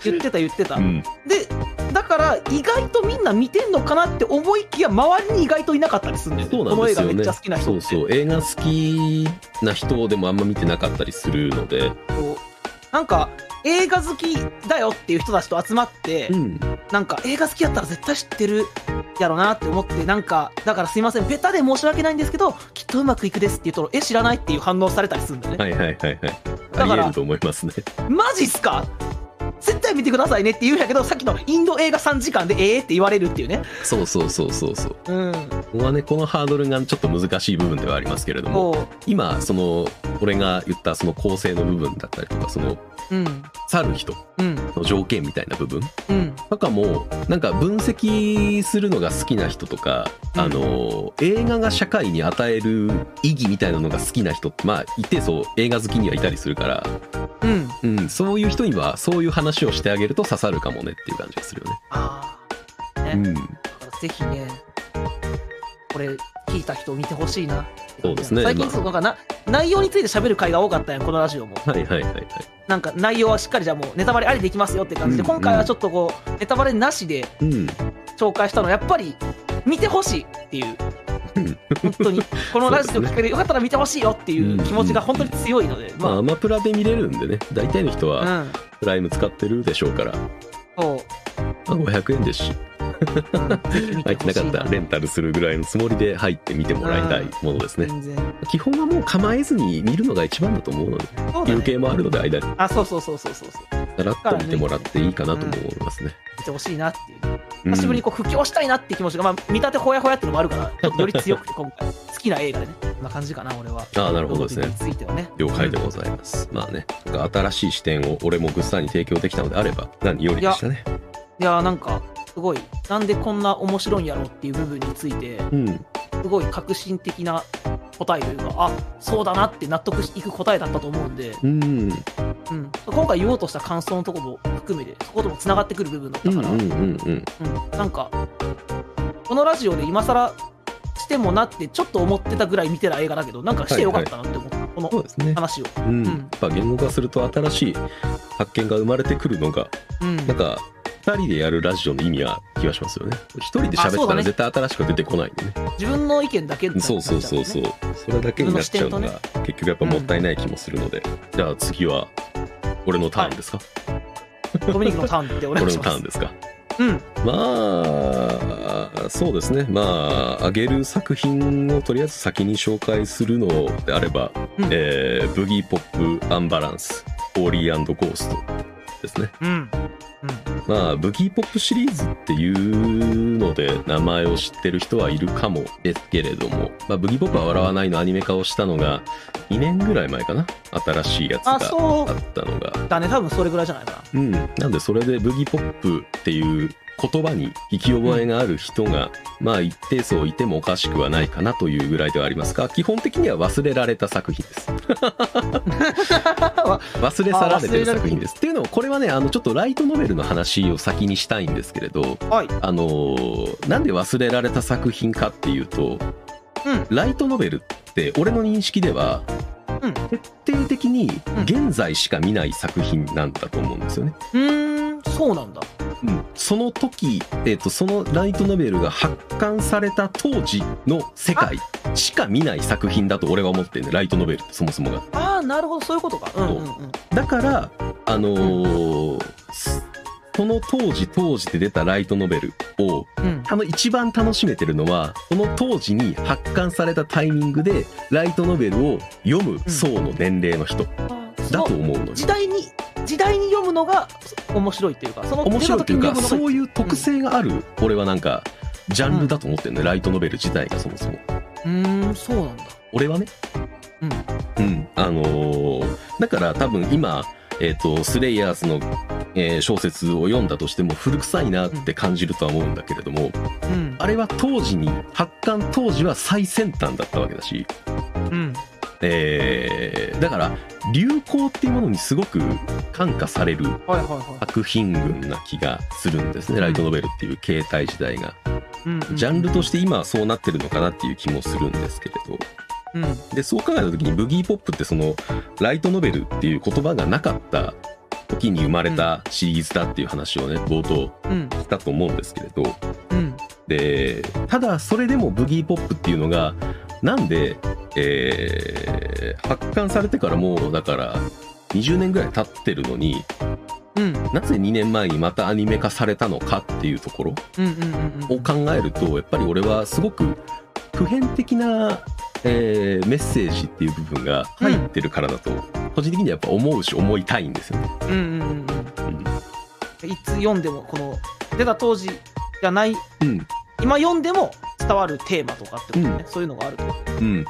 言ってた言ってた、
る、うん、
でだから意外とみんな見てんのかなって思いきや周りに意外といなかったりするんだよね
そうな
こ
ん
の
で
映
す
画
よ
めっ
ね
ちゃ好きな人
そ
っ
う
て
そう映画好きな人でもあんま見てなかったりするので
こうなんか映画好きだよっていう人たちと集まって、
うん
なんか映画好きやったら絶対知ってるやろなって思ってなんかだからすいませんベタで申し訳ないんですけどきっとうまくいくですって言うとえ知らないっていう反応されたりするんだよね、
はいはいはいはい
から
ありえると思いますね
マジっすか絶対見てくださいねって言うんやけどさっきのインド映画3時間でええって言われるっていうね
そうそうそうそうそう
うん
ここはねこのハードルがちょっと難しい部分ではありますけれども
も
今その俺が言ったその構成の部分だったりとかその
ううん
去る人
うん
の条件みたいな部分
うん
とかもなんか分析するのが好きな人とか、
うん
あの映画が社会に与える意義みたいなのが好きな人ってまあ一定層映画好きにはいたりするから、
うん
うん、そういう人にはそういう話をしてあげると刺さるかもねっていう感じがするよ
ああね
ね。うん、
だからぜひねこれ聞いた人見てほしいな
そうですね
最近
まあ
そうなんかな内容について喋る回が多かったやんこのラジオも
はいはいはいはい。
なんか内容はしっかりじゃあもうネタバレありでいきますよって感じで、
うん
今回はちょっとこうネタバレなしで
うん、
紹介したのはやっぱり見てほしいっていう
うん
本当にこのラジオ を聞けでよかったら見てほしいよっていう気持ちが本当に強いので、
まあ
ま
アマプラで見れるんでね大体の人
あ、
は
うん
プライム使ってるでしょうから、ま
そ
あ、500円ですし
う、うん、ぜひ見てほ
入って
し
なか
い
った
な
らレンタルするぐらいのつもりで入って見てもらいたいものですね。
全然
基本はもう構えずに見るのが一番だと思うので、
そうだ
休
ね
憩もあるので間に
あそうそうそうそうそうそう
さらっと見てもらっていいかなとも思いますね。
見てほしいなっていう
うん
久しぶりにこう布教したいなって気持ちが、まあ、見立てほやほやってのもあるから、ちょっとより強くて、今回、好きな映画でね、こんな感じかな、俺は。
ああなるほどですね
ロボットについてはね。
了解でございます。まあね、なんか新しい視点を俺もグッサンに提供できたのであれば、何よりでしたね。
いやー、なんか、すごい、なんでこんな面白いんやろうっていう部分について、
うん。
すごい革新的な答えというか、あそうだなって納得いく答えだったと思うんで、
うん。うん
うん、今回言おうとした感想のとこも含めて、そこともつながってくる部分だった
う
か
ん
ら、
うんうん。
うん、なんかこのラジオで今更してもなってちょっと思ってたぐらい見てた映画だけどなんかしてよかったなって思った、こ
そ
の
うですね。
話を、
うん。
ん
やっぱ言語化すると新しい発見が生まれてくるのが、
うん、
なんか、二人でやるラジオの意味は気がしますよね。一人で喋っ
あそう
た
だ
ら
ね
絶対新しくは出てこないんでね。
自分の意見だけになっちゃ
そうそうそうそうう。それだけになっちゃうの
自分の
が結局やっぱもったいない気もするので。じゃあ次は俺のターンですか、
ドミニクのターンでお願い
俺
し
の
ま
タ
す
ーンですか
うん
まあそうですねまああげる作品をとりあえず先に紹介するのであれば、
うん
えーブギーポップアンバランスオーリーゴーストですね
うんうん
まあブギーポップシリーズっていうので名前を知ってる人はいるかもですけれども、まあ、ブギーポップは笑わないのアニメ化をしたのが2年ぐらい前かな新しいやつが
あ
あ
そ
ったのが
うだね多分それぐらいじゃないか
うん、なんでそれでブギポップっていう言葉に聞き覚えがある人が、まあ一定層いてもおかしくはないかなというぐらいではありますが基本的には忘れられた作 品です
なわ
忘れ去られてる
あ忘れられてる
作品ですっていうのもこれはねあのちょっとライトノベルの話を先にしたいんですけれど
はい
あのーなんで忘れられた作品かっていうと
うん
ライトノベルって俺の認識では、
うん
徹底的に現在しか見ない作品なんだと思うんですよね
うーんそうなんだ
その時、えー、とそのライトノベルが発刊された当時の世界しか見ない作品だと俺は思ってるねライトノベルってそもそもが
ああなるほどそういうことかうんうんうん
だからあのーすその当時当時で出たライトノベルを
うん
あの一番楽しめてるのはその当時に発刊されたタイミングでライトノベルを読む層の年齢の人
あーそ
だ
の
と思うのよ
時代に時代に読むのが面白いっていうかその
面白いというか
出た時に読むのが
そういう特性がある俺はなんかジャンルだと思ってるねライトノベル自体がそもそも。
うーんそうなんだ
俺はねうん、あのーだから多分今えっ、とスレイヤーズのえー小説を読んだとしても古臭いなって感じるとは思うんだけれども、
うん
あれは当時に発刊当時は最先端だったわけだし、
うん
えーだから流行っていうものにすごく感化される
はいはいは
作品群な気がするんですね、ライトノベルっていう形態自体が。
いうんうん
ジャンルとして今はそうなってるのかなっていう気もするんですけれど。
うん
でそう考えた時にブギーポップってそのライトノベルっていう言葉がなかった時に生まれたシリーズだっていう話をね冒頭
うん
したと思うんですけれど
うん
でただそれでもブギーポップっていうのがなんで、えー発刊されてからもうだから20年ぐらい経ってるのに
うん
なぜ2年前にまたアニメ化されたのかっていうところ
うんうんうんうん
を考えるとやっぱり俺はすごく普遍的な、えーメッセージっていう部分が入ってるからだと、個人的にはやっぱ思うし思いたいんですよね。
うんうんうん
うん
うんいつ読んでもこの出た当時じゃない
うん
今読んでも伝わるテーマとかってことね、
う
そういうのがあると
うん、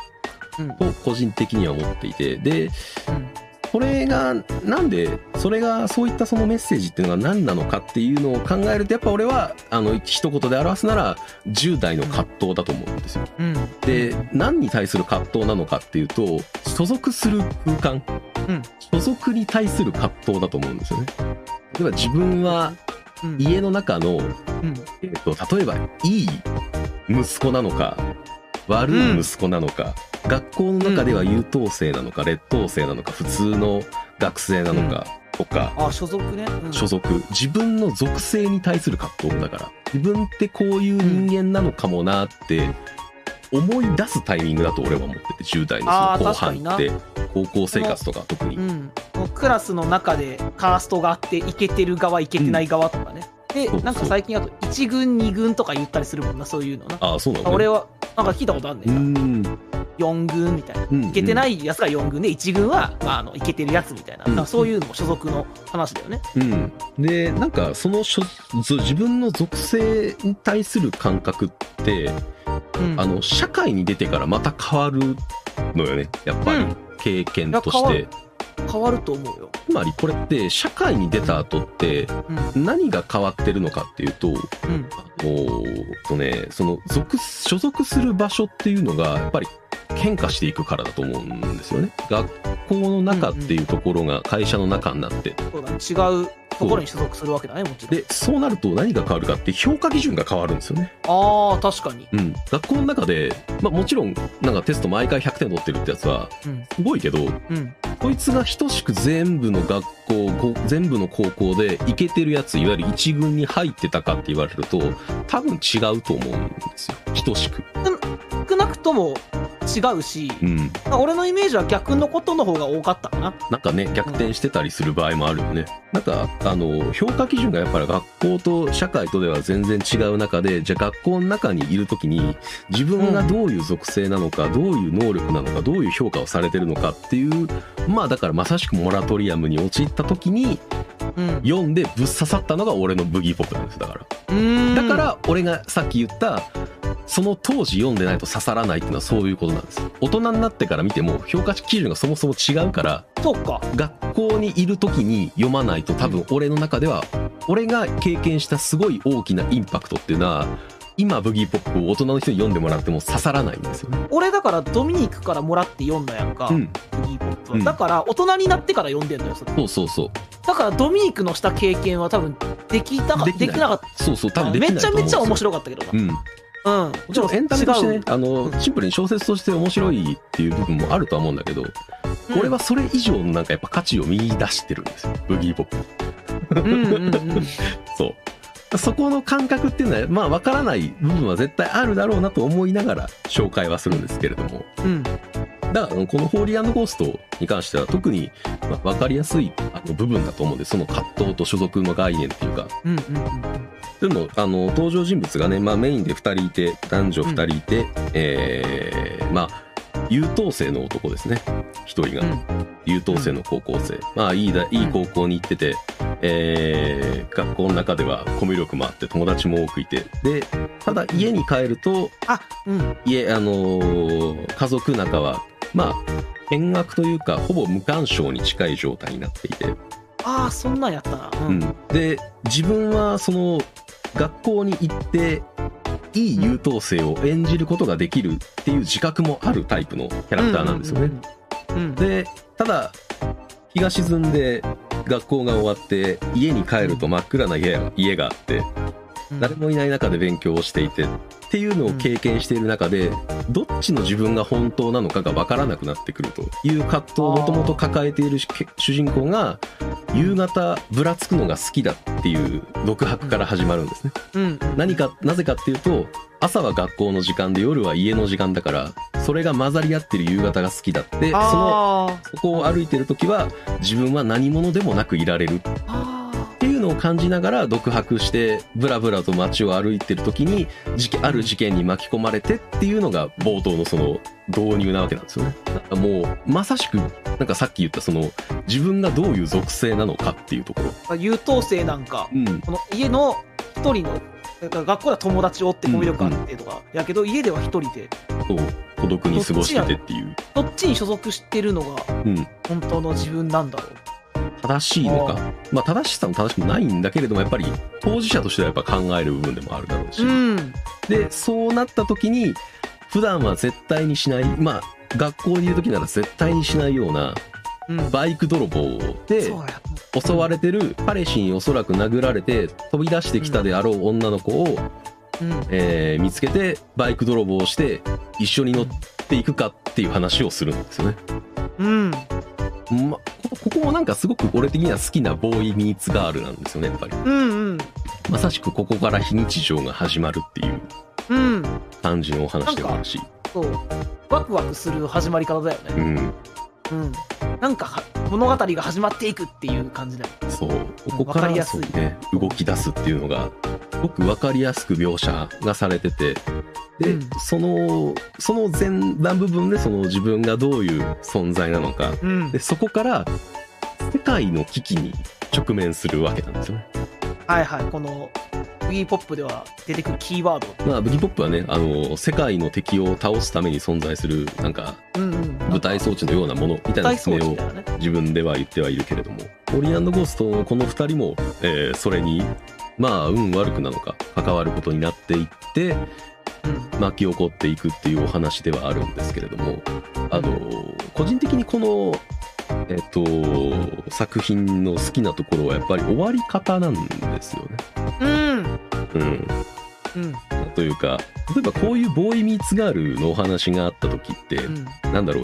うん
と個人的には思っていてで
うん
これがなんでそれがそういったそのメッセージっていうのが何なのかっていうのを考えるとやっぱ俺はあの一言で表すなら10代の葛藤だと思うんですよ。
うん
で何に対する葛藤なのかっていうと所属する空間、
うん
所属に対する葛藤だと思うんですよね。例えば自分は
うん
家の中の、
うん
えっと例えばいい息子なのか悪い息子なのか、学校の中では優等生なのか劣等生なのか普通の学生なのかとか、
あ所属ね、うん
所属自分の属性に対する葛藤だから自分ってこういう人間なのかもなって思い出すタイミングだと俺は思ってて10代の
あー
その後
確かにな
半って高校生活とか特に
うん、こうクラスの中でカーストがあってイケてる側イケてない側とかね、で
そうそう
なんか最近あと1軍2軍とか言ったりするもんなそういうのな
ああそうなの、ね、
俺
は
はなんか聞いたことあるね、
うんん
4軍みたいな
うん、
いけてないいやつが4軍で1軍は、まあ、あのいけてるやつみたいな,、
うん
なんかそういうのも所属の話だよね
うん、でなんかその所ず自分の属性に対する感覚って
うん
あの社会に出てからまた変わるのよねやっぱ
う
り
ん
経験とし
い
て、
や変わると思うよ
つまりこれって社会に出た後って
うん
何が変わってるのかっていうと、
うん
おーっとね、その属す、所属する場所っていうのが、やっぱり変化していくからだと思うんですよね。学校の中っていうところが会社の中になって。
そうだね違うところに所属するわけだねもちろん
で、そうなると何が変わるかって評価基準が変わるんですよね。
ああ確かに
うん。学校の中で、まあもちろん、なんかテスト毎回100点取ってるってやつは、
うん
すごいけど、
うん
こいつが等しく全部の学校、ご全部の高校でイケてるやつ、いわゆる一軍に入ってたかって言われると、多分違うと思うんですよ。等しく。
少なくとも違うし、
うん。
まあ俺のイメージは逆のことの方が多かったかな
なんかね、逆転してたりする場合もあるよね。なんか、あの、評価基準がやっぱり学校と社会とでは全然違う中で、じゃあ学校の中にいるときに、自分がどういう属性なのか、どういう能力なのか、どういう評価をされてるのかっていう、まあだからまさしくモラトリアムに陥ったときに、
うん
読んでぶっ刺さったのが俺のブギーポップなんです、だから。だ
だ
か、ら、俺がさっき言った、その当時読んでないと刺さらないっていうのはそういうことなんです。大人になってから見ても、評価基準がそもそも違うから、
そうか。
学校にいる時に読まないと多分俺の中では俺が経験したすごい大きなインパクトっていうのは今ブギーポップを大人の人に読んでもらっても刺さらないんですよね。
俺だからドミニクからもらって読んだやんか、
うん、
ブギーポップ
う
は。
ん
だから大人になってから読んでんのよ、それ。
そうそうそう
だからドミニクのした経験は多分できたか、
で
でき
きない
なかっ
そうそう多
た。
分できな
め
い
ち
と
ゃ
思うん
め
で
ち
す
ゃ
よ
面白かったけど
う
な。
ん、
うん。
もちろんエンタメとして
違
ね
う
あのシンプルに小説として面白いっていう部分もあるとは思うんだけど、
うん
俺はそれ以上のなんかやっぱ価値を見出してるんですよブギーポップ
うんうんうん。
そう。そこの感覚っていうのは、まあ、わからない部分は絶対あるだろうなと思いながら紹介はするんですけれども。
うん。
だから、このホーリーゴーストに関しては特に、まあ、わかりやすいあの部分だと思うんで、その葛藤と所属の概念っていうか、
うんうんうん
でも、あの、登場人物がね、まあ、メインで2人いて、男女2人いて、えー、まあ、優等生の男ですね。1人が。
うん
優等生の高校生。まあ、いいだ、いい高校に行ってて、えー、学校の中ではコミュ力もあって、友達も多くいて。で、ただ家に帰ると、
あ、うん。
家、あのー家族仲は、まあ、見学というか、ほぼ無干渉に近い状態になっていて。
ああそんなんやったな、う
うんん、で自分はその学校に行っていい優等生を演じることができるっていう自覚もあるタイプのキャラクターなんですよね。
うんうんうん、うん
でただ日が沈んで学校が終わって家に帰ると真っ暗な家が家があって誰もいない中で勉強をしていてっていうのを経験している中でどっちの自分が本当なのかが分からなくなってくるという葛藤をもともと抱えている主主人公が夕方ぶらつくのが好きだっていう独白から始まるんですね。
うん
何かなぜかっていうと朝は学校の時間で夜は家の時間だからそれが混ざり合ってる夕方が好きだってその
あ
そこを歩いてる時は自分は何者でもなくいられるっ
ーあー
ていうのを感じながら独白してブラブラと街を歩いてる時に事件ある事件に巻き込まれてっていうのが冒頭のその導入なわけなんですよね。なんかもうまさしくなんかさっき言ったその自分がどういう属性なのかっていうところ。
まあ優等生なんか
うん
この家の一人のだから学校では友達をって語彙力あってとか、やけど家では一人で
そう孤独に過ごしててっていう、
どっちに所属してるのが
うん、
本当の自分なんだろう
正しいのかまあ正しさも正しくないんだけれどもやっぱり当事者としてはやっぱ考える部分でもあるだろうし、
ん
でそうなった時に普段は絶対にしないまあ学校にいる時なら絶対にしないような
うん
バイク泥棒で
そうや
襲われてる彼氏におそらく殴られて飛び出してきたであろう女の子を、
うん
えー見つけてバイク泥棒をして一緒に乗っていくかっていう話をするんですよね。
うん
ま、こここもなんかすごく俺的には好きなボーイミーツガールなんですよねやっぱり。
うんうん
まさしくここから非日常が始まるっていう
うん
感じのお話でもあるし。
そうワクワクする始まり方だよ
う
ね
ん
うんなんかは物語が始まっていくっていう感じだよ
そうここか
わからりや
そ
す
う
い
ね動き出すっていうのがすごく分かりやすく描写がされててで、
うん
そのその前段部分でその自分がどういう存在なのか
うん
でそこから世界の危機に直面するわけなんですよね。
はいはいこの w ポップでは出てくるキーワー
まあブギポップはねあの世界の敵を倒すために存在するなんか
ドうんうん
舞台装置のようなものみ
舞
たいな
台
説
装
明
置
を
みたいなね
自分では言ってはいるけれどもオリアンド・ゴーストのこの2人も、えーそれにまあ運悪くなのか関わることになっていって
うん
巻き起こっていくっていうお話ではあるんですけれどもあの個人的にこのえっと作品の好きなところはやっぱり終わり方なんですよね。
うん
うん、
うん
というか例えばこういうボーイ・ミーツ・ガールのお話があった時って、
うん
なんだろう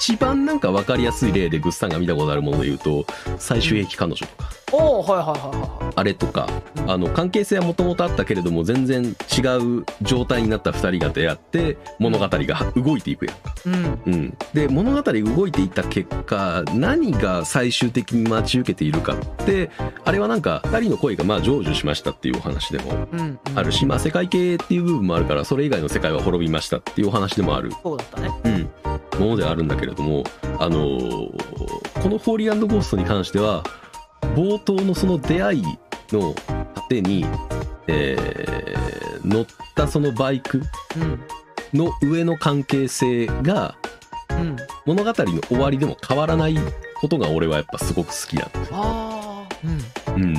一番なんか分かりやすい例でグッさんが見たことあるもので言うと最終兵器彼女とか、
おおはいはいはいは
あれとか
うん
あの関係性はもともとあったけれども全然違う状態になった2人が出会って物語が動いていくやんか。
いはい
うん、で物語動いていった結果何が最終的に待ち受けているかってあれはなんか2人の恋がまあ成就しましたっていうお話でも
うんうんうん
あるし、まあ、世界系っていう部分もあるからそれ以外の世界は滅びましたっていうお話でもある
そうだったね
うん、ものではあるんだけれども、あのーこの「ホーリーゴースト」に関しては冒頭のその出会いの果てに、えー乗ったそのバイク
うん
の上の関係性が
うん
物語の終わりでも変わらないことが俺はやっぱすごく好きなんですよ。
ああうん
うん、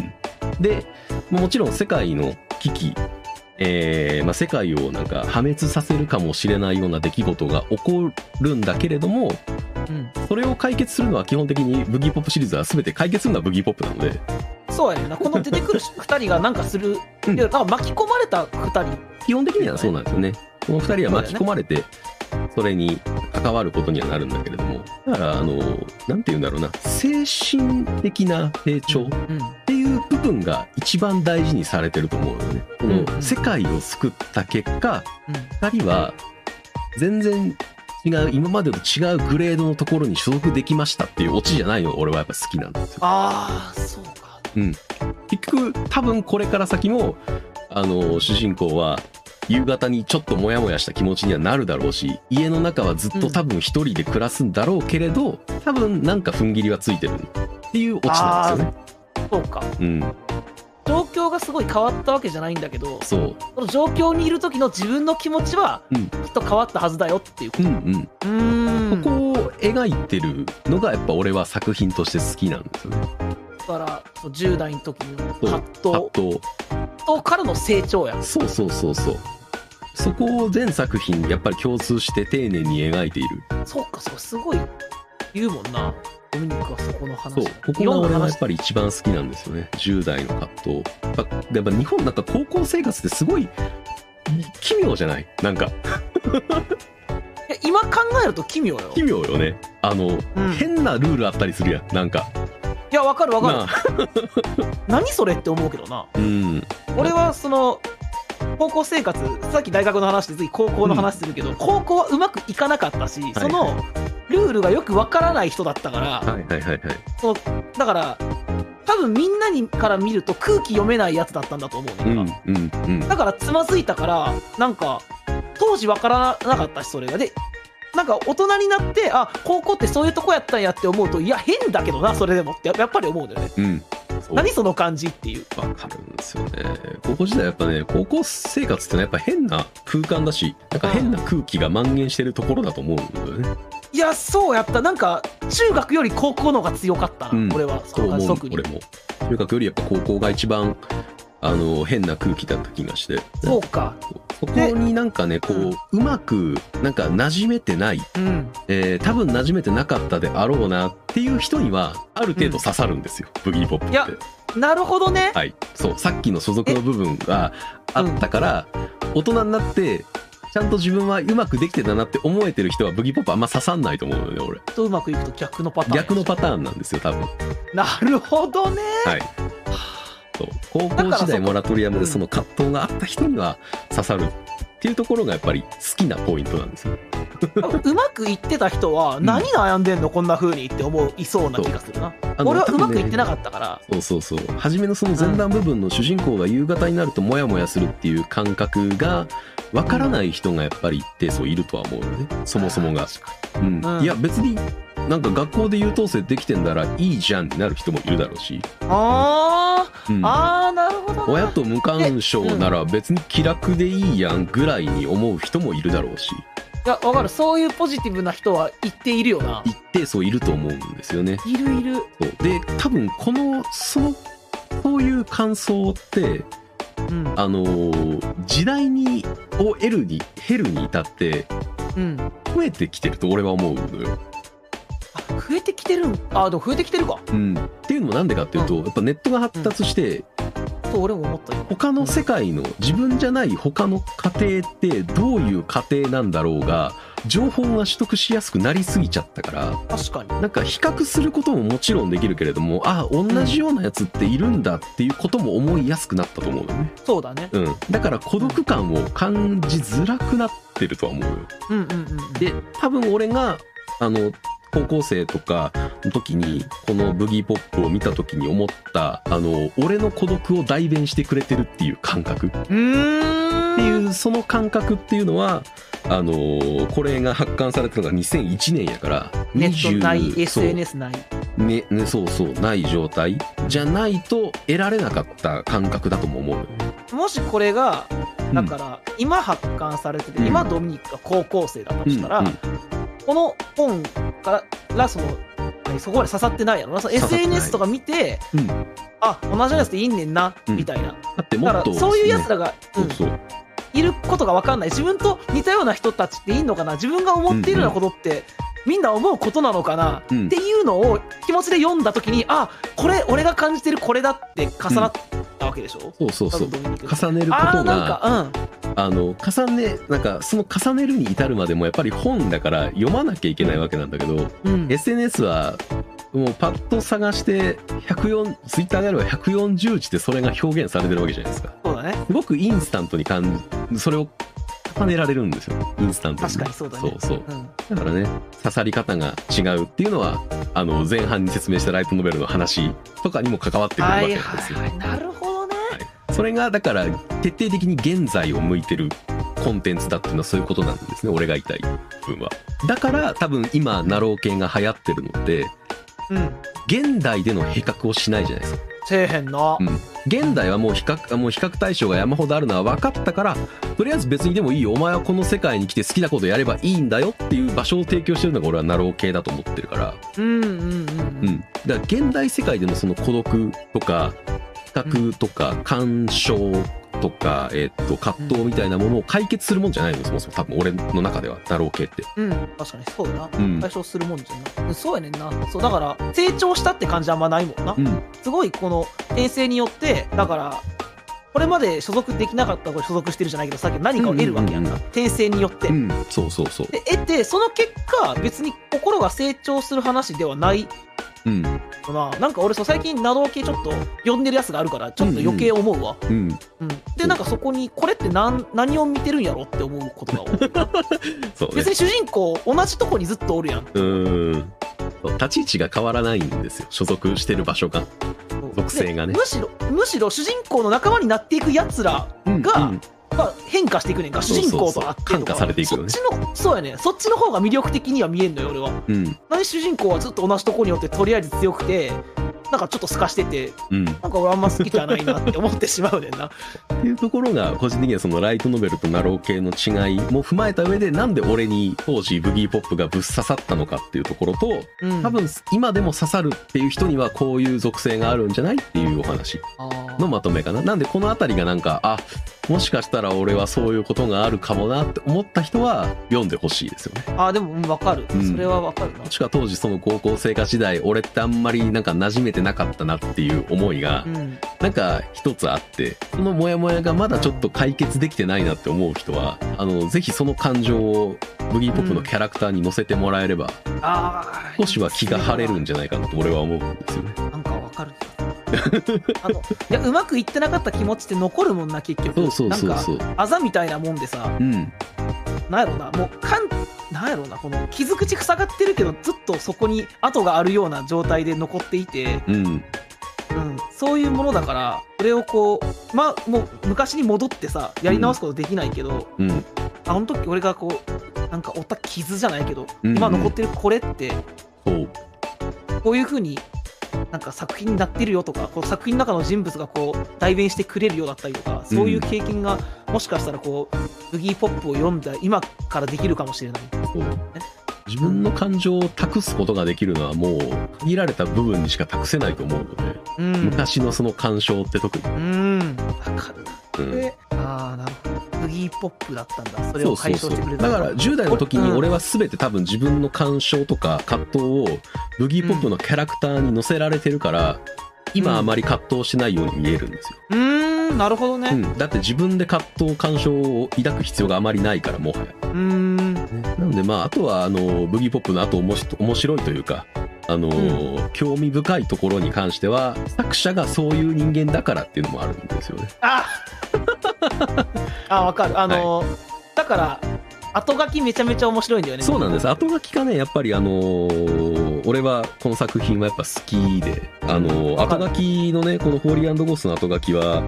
でもちろん世界の危機えーまあ、世界をなんか破滅させるかもしれないような出来事が起こるんだけれども、
うん
それを解決するのは基本的にブギーポップシリーズは全て解決するのはブギーポップなので
そうやねんなこの出てく る2人がなんかする、
うん
いやなんか巻き込まれた2
基本的にはそうなんですよねこの2人は巻き込まれてそれに関わることにはなるんだけれどもだからあの何て言うんだろうな精神的な成
人、
長っていう部分が一番大事にされてると思うよねこ
うんう
の
ん
世界を救った結果2人は全然違う今までと違うグレードのところに所属できましたっていうオチじゃないのが俺はやっぱ好きなんですよ
ああそうか
結局多分これから先もあの主人公は夕方にちょっとモヤモヤした気持ちにはなるだろうし家の中はずっと多分一人で暮らすんだろうけれど、多分なんか踏ん切りはついてるっていうオチなんですよね。
そうか
うん、
状況がすごい変わったわけじゃないんだけど
そう、
その状況にいる時の自分の気持ちは
うん
きっと変わったはずだよっていうこ
う
と
ん
うー
うんん、ここを描いてるのがやっぱ俺は作品として好きなんですよね。
からそう10代の時の
そう
葛藤
藤
とからの成長や
そうそうそうそうそこを全作品やっぱり共通して丁寧に描いている
そうかそうすごい言うもんなドミニクはそこの話
そうここ
い
が
ろんな
俺はや
話
っぱり一番好きなんですよね10代の葛藤やっぱやっぱ日本なんか高校生活ってすごい奇妙じゃないなんか
いや今考えると奇妙よ
奇妙よねあの、
うん
変なルールあったりするやんなんか
いやわかるわかる
なあ
何それって思うけどな
うん
俺はその高校生活さっき大学の話で次高校の話するけど、高校はうまくいかなかったし、そのルールがよくわからない人だったから
はいはいはいはい
そのだから多分みんなにから見ると空気読めないやつだったんだと思うね
うん
んか、
うんうん
だからつまずいたからなんか当時わからなかったしそれがでなんか大人になってあ高校ってそういうとこやったんやって思うといや変だけどなそれでもってややっぱり思うんだよね
うんそう
何その感じっていう
わかるんですよね高校時代やっぱね高校生活ってのはやっぱ変な空間だしなんか変な空気が蔓延してるところだと思うんだよね
いやそうやったなんか中学より高校の方が強かったな、
うん
俺は
と
その
思
感じ
う
特に
俺も中学よりやっぱ高校が一番あの変な空気だった気がして
そうか
そこになんかねこう、うまくなんか馴染めてない、
うん
えー多分馴染めてなかったであろうなっていう人にはある程度刺さるんですよ、ブギーポップ
いや
って。
なるほどね
はい、そうさっきの所属の部分があったから、大人になってちゃんと自分はうまくできてたなって思えてる人はブギーポップあんま刺さんないと思うのよね俺
とうまくいくと逆のパターン
逆のパターンなんですよ多分
なるほどね
はいそう高
だか
校
らそ
時
こ
代モラトリアムでその葛藤があった人には刺さるっていうところがやっぱり好きなポイントなんですよ
うまくいってた人は
うん
何悩んでんのこんな風にって思いそうな気がするな
あの
俺はうまくいってな
多分ね
かったから
そうそうそう初めのその前段部分の主人公が夕方になるとモヤモヤするっていう感覚がわからない人がやっぱり一定数いるとは思うよねそもそもがうん
うん
いや別になんか学校で優等生できてんだらいいじゃんになる人もいるだろうし、
あー
うん
あーなるほどな
親と無干渉なら別に気楽でいいやんぐらいに思う人もいるだろうし
いやわかるそういうポジティブな人は言っているよな
一定数いると思うんですよね。
いるいる
そうで多分このそのそういう感想って
うん
あのー時代にを得るに減るに至って
うんあ
増えてきてると俺は思うのよ。
増えてきてるんあでも増えてきてるか
うん、っていうのもなんでかっていうと、
う
やっぱネットが発達して
そう俺も思った今
他の世界の自分じゃない他の家庭ってどういう家庭なんだろうが情報が取得しやすくなりすぎちゃったから
確かに
なんか比較することももちろんできるけれどもあ同じようなやつっているんだっていうことも思いやすくなったと思うのね、
そうだね
うん、だから孤独感を感じづらくなってるとは思うよ
うんうんうん
で多分俺があの高校生とかの時にこのブギーポップを見た時に思ったあの俺の孤独を代弁してくれてるっていう感覚
うーん
っていうその感覚っていうのはあのーこれが発刊されたのが2001年やから
ネットない
20そう
SNS ない
ねねそうそうない状態じゃないと得られなかった感覚だとも思うよ
もしこれが
う
だ
ん
から今発刊されてて、
うん
今ドミニクが高校生だとしたら、
うんうん
この本からその何そこまで刺さってないやろなその
刺さってない
SNS とか見て、
うん
あ同じようなやつでいいねんな、
うん
みたいな
だっても
だ
っ
か
と
らそういうやつ
ね
らが、う
そ
ん
うそう
いることが分かんない自分と似たような人たちっていいのかな自分が思っているようなことって、みんな思うことなのかな、
うん
っていうのを気持ちで読んだ時にあこれ俺が感じてるこれだって重なったわけでしょ、
そうそうそう
多分ドミニク
重ねるこ
あー
と
なん
が
かうん
あの重ねなんかその重ねるに至るまでもやっぱり本だから読まなきゃいけないわけなんだけど、
うん、
SNS はもうパッと探して104 Twitter であれば140字でそれが表現されてるわけじゃないですか
そうだね。
すごくインスタントに感じそれを重ねられるんですよインスタントに
確かにそうだね。
そうそう
うん、
だからね刺さり方が違うっていうのはあの前半に説明したライトノベルの話とかにも関わってくるわ
は
けなん
い
ですよ、
はいはい。なるほどね。
それがだから徹底的に現在を向いてるコンテンツだっていうのはそういうことなんですね俺が言いたい部分はだから多分今ナロー系が流行ってるので
うん。
現代での比較をしないじゃないですか
せえへんな、
うん現代はもう比較もう比較対象が山ほどあるのは分かったからとりあえず別にでもいいよお前はこの世界に来て好きなことやればいいんだよっていう場所を提供してるのが俺はナロー系だと思ってるから、
うん、うんうんう
うんん、だから現代世界でのその孤独とか比較とか干渉とか、えっと葛藤みたいなものを解決するもんじゃないのそもそも多分俺の中ではナロー系って。
うん、確かにそうやな
うん
解消するもんじゃない、うん、そうやねんなそうだから成長したって感じあんまないもんな、
うん
すごいこの転生によってだからこれまで所属できなかった子に所属してるじゃないけどさっき何かを得るわけやんか、
うんうんうん
転生によって、
うん、そうそうそう。
で得てその結果別に心が成長する話ではない
うん、
よななんか俺そう最近ナロー系ちょっと呼んでるやつがあるからちょっと余計思うわ、
うん。
うんでなんかそこにこれって何何を見てるんやろって思うことが 多い
そうね
別。に主人公同じとこにずっとおるやん
うーん。立ち位置が変わらないんですよ。所属してる場所が。属性がね
でむしろむしろ主人公の仲間になっていくやつらが、
うん
が変化していくねんか主人公と会ってとか
そうそうそう感化されていくよね
そっちのそうやねそっちの方が魅力的には見えんのよ俺は
うん、
何主人公はずっと同じとこにおってとりあえず強くてなんかちょっと透かしてて
うん。っ
なんか俺あんま好きじゃないなって思ってしまうねんな
ていうところが、個人的にはそのライトノベルとナロー系の違いも踏まえた上で、なんで俺に当時ブギーポップがぶっ刺さったのかっていうところと、
うん
多分今でも刺さるっていう人にはこういう属性があるんじゃないっていうお話
あー
のまとめかな。なんでこのあたりがなんか、あ、もしかしたら俺はそういうことがあるかもなって思った人は読んでほしいですよね。
あーでもうんわかる、
うん
それはわかるな
もしか当時その高校生活時代俺ってあんまりなんか馴染めてなかったなっていう思いが
うん
なんか一つあってそのモヤモヤがまだちょっと解決できてないなって思う人はあのぜひその感情をブギーポップのキャラクターに乗せてもらえれば
あー
少しは気が晴れるんじゃないかなと俺は思うんですよね。
なんかわかるあのいやうまくいってなかった気持ちって残るもんな結局
そうそうそう
なんか
そう。
あざみたいなもんでさ
うん。
なんやろなもうかんなんやろなこの傷口塞がってるけどずっとそこに跡があるような状態で残っていて、
うん。
うん、そういうものだからそれをこうまあもう昔に戻ってさやり直すことできないけど、
うん。
あの時俺がこうなんか負った傷じゃないけど、
うんうん
今残ってるこれって
そう。
こういう風になんか作品になってるよとかこう作品の中の人物がこう代弁してくれるようだったりとかそういう経験がもしかしたらこうブギーポップを読んだ今からできるかもしれない。
そう自分の感情を託すことができるのはもう限られた部分にしか託せないと思うので、
うん、
昔のその感傷って特に。
うん、わかるな。
うん
で、ああ、なるほど。ブギーポップだったんだ。それ
そ
を
うそ
解
うそ
消してくれ
うだ
た。
から10代の時に
うん
俺は全て多分自分の感傷とか葛藤をブギーポップのキャラクターに乗せられてるから今あまり葛藤しないように見えるんですよ、
うーん、なるほど
う
ね。
ん、だって自分で葛藤感傷を抱く必要があまりないからもはや
うーん、
なのでまああとはあのブギーポップのあとおもし面白いというかあのー興味深いところに関しては作者がそういう人間だからっていうのもあるんですよね
あ あ、わかる。あのー、だから、後書きめちゃめちゃ面白いんだよね。
そうなんです後書きがねやっぱりあのー俺はこの作品はやっぱ好きで、あのー
わかる
後書きのねこの「ホーリーゴースト」の後書きは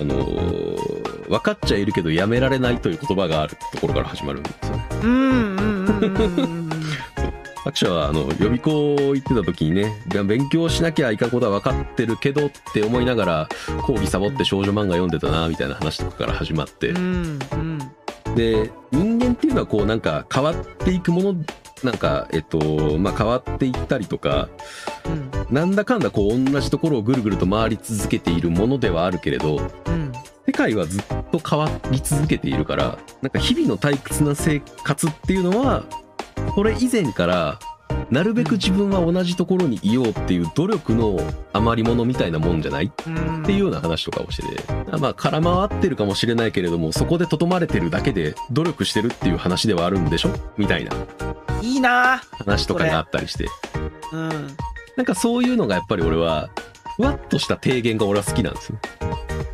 あのー分かっちゃいるけどやめられないという言葉があるところから始まるんですよね
うん。うん、うん、うんうんうん。
作者はあの予備校行ってた時にねいや勉強しなきゃいかんことは分かってるけどって思いながら講義サボって少女漫画読んでたなみたいな話とかから始まって、
うん、うん。
で人間っていうのはこうなんか変わっていくものなんかえっとまあ変わっていったりとか
うん、
なんだかんだこう同じところをぐるぐると回り続けているものではあるけれど
うん。
世界はずっと変わり続けているからなんか日々の退屈な生活っていうのはこれ以前からなるべく自分は同じところにいようっていう努力の余り物みたいなもんじゃないっ
うん。
ていうような話とかをしててまあ空回ってるかもしれないけれどもそこでとどまれてるだけで努力してるっていう話ではあるんでしょみたいない
いな
話とかがあったりして
ーうん。
なんかそういうのがやっぱり俺はふわっとした提言が俺は好きなんですよ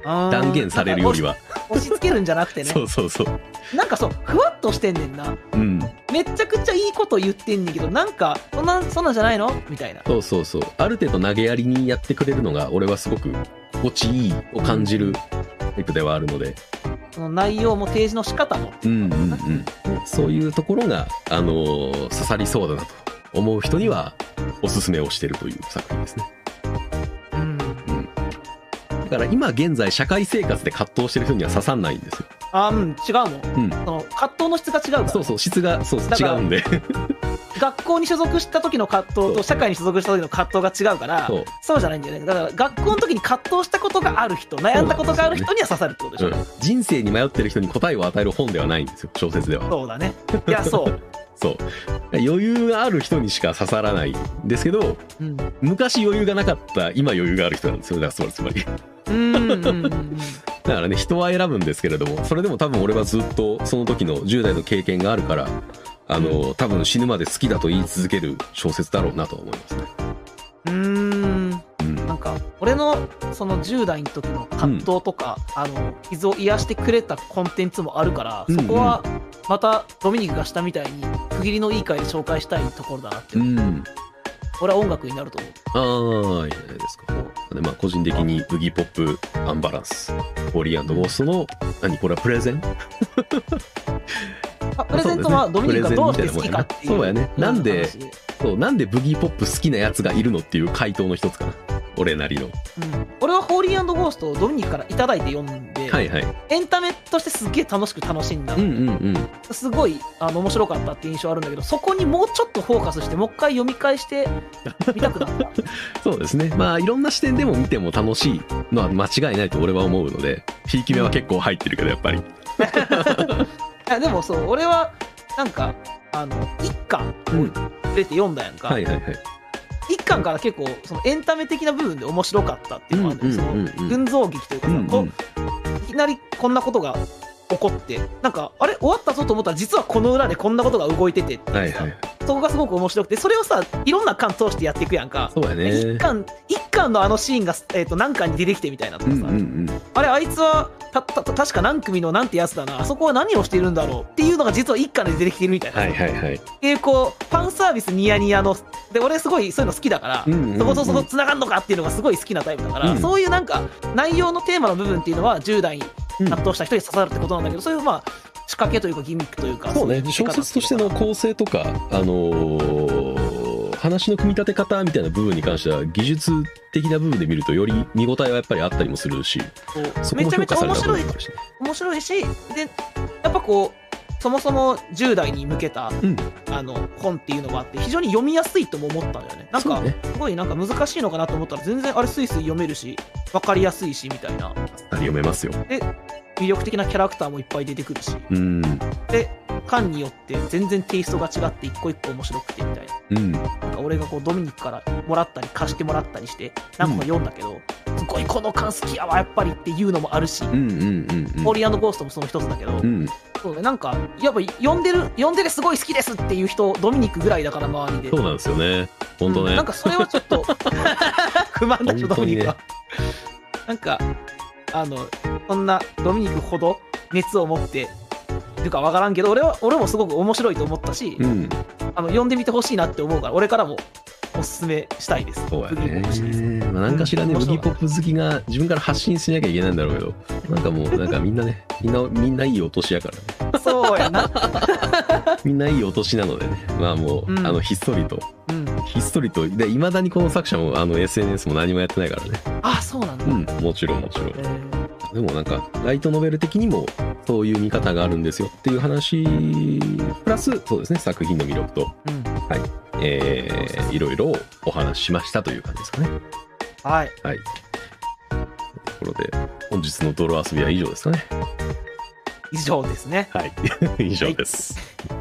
あー
断言されるよりは、
なんか押し押し付けるんじゃなくてね
そうそうそう
なんかそうふわっとしてんねんな
うん
めっちゃくちゃいいこと言ってんねんけどなんかそんなそんなんじゃないのみたいな
そうそうそうある程度投げやりにやってくれるのが俺はすごく心地いいを感じるタイプではあるので
その内容も提示の仕方も
うんうんうんそういうところが、あのー刺さりそうだなと思う人にはおすすめをしてるという作品ですね
うん
から今現在社会生活で葛藤してる人には刺さんないんですよ。
あーうん違う
う
も
ん
ん、その葛藤の質が違うか
そ
ら
うそう質がそう
だ
違
から
うんで
学校に所属した時の葛藤
そ
と
う
社会に所属した時の葛藤が違うから
そう
そうじゃないんだよねだから学校の時に葛藤したことがある人悩んだことがある人には刺さるってことでし
う
ょ、
ん人生に迷ってる人に答えを与える本ではないんですよ小説では
そうだねいやそう、
そう余裕がある人にしか刺さらないんですけど
うん、
昔余裕がなかった今余裕がある人なんですよだからつまりつま り
うんうんうんうん
だからね人は選ぶんですけれどもそれでも多分俺はずっとその時の10代の経験があるからあの多分死ぬまで好きだと言い続ける小説だろうなと思いますね、
うーん
うん、
なんか俺のその10代の時の葛藤とか、あの傷を癒してくれたコンテンツもあるから、
うんうん
そこはまたドミニクがしたみたいに区切りのいい回で紹介したいところだなって、
うん
俺は音楽になると思う
ああ、いいじゃないですか。でまあ、個人的にブギーポップアンバランス、ボリーボーストの、何これはプレゼン
あプレゼントはドミニクがどうして好きかっていう
そうやねなんで
話
そう、なんでブギーポップ好きなやつがいるのっていう回答の一つかな。俺なりの。
うん俺はホーリーゴーストをドミニクからいただいて読んで、
はいはい。
エンタメとしてすっげえ楽しく楽しんだ、
うんうんうん。
すごいあの面白かったって印象あるんだけどそこにもうちょっとフォーカスしてもう一回読み返してみたく なった
そうですね。まあ、いろんな視点でも見ても楽しいのは間違いないと俺は思うので、ひいき目は結構入ってるけど、やっぱり。
いやでもそう俺はなんかあの1巻
うん。
出て読んだやんか、
はいはいはい。
一1巻から結構そのエンタメ的な部分で面白かったっていうのがあるんだよ
うんうんうんうん
その群像劇というかさ、
うん
こいきなりこんなことが起こってなんかあれ終わったぞと思ったら実はこの裏でこんなことが動いててっていうさ
はいはい。
そこがすごく面白くてそれをさいろんな巻通してやっていくやんか。
そうや
1
ね。
巻一巻のあのシーンが、えー、と何巻に出てきてみたいなと
う
か
ん
さ、
うんうん。
あれあいつはたたた確か何組のなんてやつだなあそこは何をしてるんだろうっていうのが実は一巻で出てきてるみたいなさ、
はいはいはい。
っていうこうファンサービスニヤニヤので俺すごいそういうの好きだから、
うんうんうん
そことそこつながんのかっていうのがすごい好きなタイプだから、
うん
そういうなんか内容のテーマの部分っていうのは10代に
うん
納得した人に刺さるってことなんだけど、そういうまあ仕掛けというかギミックというか
そうね
い見せ
小
方
説としての構成とか、あのー話の組み立て方みたいな部分に関しては技術的な部分で見るとより見応えはやっぱりあったりもするし
こう
そこ
め
も
ちゃ
評
めち
価
ゃ
され
面
た
白い
かもしれない
面白いしでやっぱこうそもそも10代に向けた、
うん
あの本っていうのがあって非常に読みやすいとも思ったんだよねなん
そう
か、
ね
すごいなんか難しいのかなと思ったら全然あれスイスイ読めるし分かりやすいしみたいな
読めますよ
魅力的なキャラクターもいっぱい出てくるし
うん
で缶によって全然テイストが違って一個一個面白くてみたいな
うん
なんか俺がこうドミニクからもらったり貸してもらったりして何個も読んだけど、すごいこの缶好きやわやっぱりっていうのもあるし、
うんうんうん
ホーリーゴーストもその一つだけど、
うんうん
そうねなんかやっぱ読んでる読んでるすごい好きですっていう人ドミニクぐらいだから周りで
そうなんですよね本当
うん
ね
なんかそれはちょっ と不満だしょ
本
ド
当
ミ
に
ニ
ね
クは、なんかあのそんなドミニクほど熱を持っているかわからんけど俺は俺もすごく面白いと思ったし、
うん
あの読んでみてほしいなって思うから俺からもおすすめしたいです
そうや
ブギーポップシリーズ
ねまあなんかしらね
うん
ブギーポップ好きが自分から発信しなきゃいけないんだろうけどなんかもうなんかみんなねみんなみんないいお年やからね
そうやな、
みんないいお年なのでねまあも
う
う、
ん
あのひっそりと
うん、
ひっそりとでいまだにこの作者もあの SNS も何もやってないからね
あそうなんだ、
うんもちろんもちろん
えー
でもなんかライトノベル的にもそういう見方があるんですよっていう話プラスそうですね作品の魅力と、
うん
えーいろいろお話ししましたという感じですかね
はい
はいところで本日の泥遊びは以上ですかね
以上ですね
はい以上です、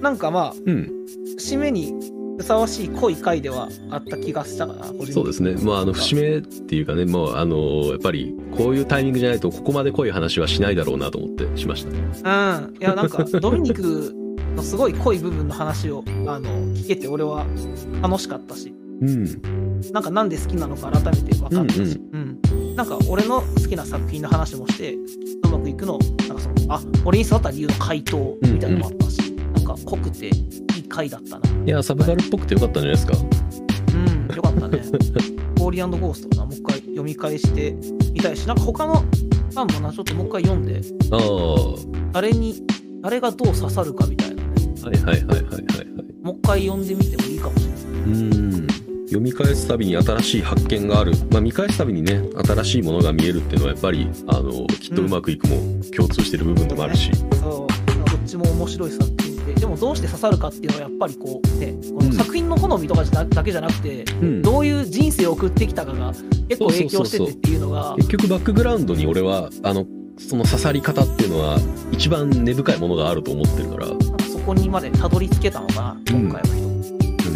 なんかまあ
うん
締めにふさわしい濃い回ではあった気がしたかな個人的に
そうですねまああの節目っていうかねもうあのやっぱりこういうタイミングじゃないとここまで濃い話はしないだろうなと思ってしました
うん、いや なんかドミニクのすごい濃い部分の話をあの聞けて俺は楽しかったし
うん
なんかなんで好きなのか改めて分かったし、うんなんか俺の好きな作品の話もしてうまくいくのなんかそのあ俺に刺さった理由の回答みたいなのもあったし、なんか濃くていい回だったな、
いやサブカルっぽくてよかったんじゃないですか
うん、よか ったね。ホーリーゴーストもなもう一回読み返してみたいしなんか他のファンもなちょっともう一回読んで
ああは
誰に誰がどう刺さるかみたいなね
いはいはいはいはいはい
もう一回読んでみてもいいかもしれないですね。
うん読み返すたびに新しい発見がある、まあ、見返すたびにね新しいものが見えるっていうのはやっぱりあのきっとうまくいくも共通してる部分でもあるし、
そうどっちも面白い作品ででもどうして刺さるかっていうのはやっぱりこうねこの作品の好みとかじゃだけじゃなくて、
うん、
どういう人生を送ってきたかが結構影響しててっていうのが
結局バックグラウンドに俺はあのその刺さり方っていうのは一番根深いものがあると思ってるから、
なんかそこにまでたどり着けたのかな今回は、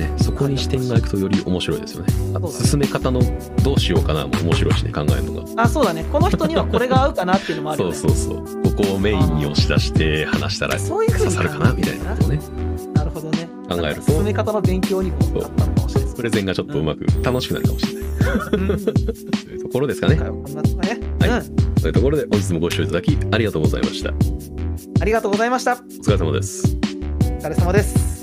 ね、そこに視点がいくとより面白いですよねあと
そうだね
進め方のどうしようかなも面白いしね考えるのが。
あそうだねこの人にはこれが合うかなっていうのもある
そ
よ
う
ね
そうそうここをメインに押し出して話したら
そういうふう
刺
に
さるかなみたいなことをね
なるほどね
考えると
進め方の勉強にもなったのかもしれないです
プレゼンがちょっとうまく楽しくなるかもしれない
うん
というところですか
今
ね
回はこんなとこね、
はい
うん
というところで本日もご視聴いただきありがとうございました
ありがとうございました
お疲れ様です
お疲れ様です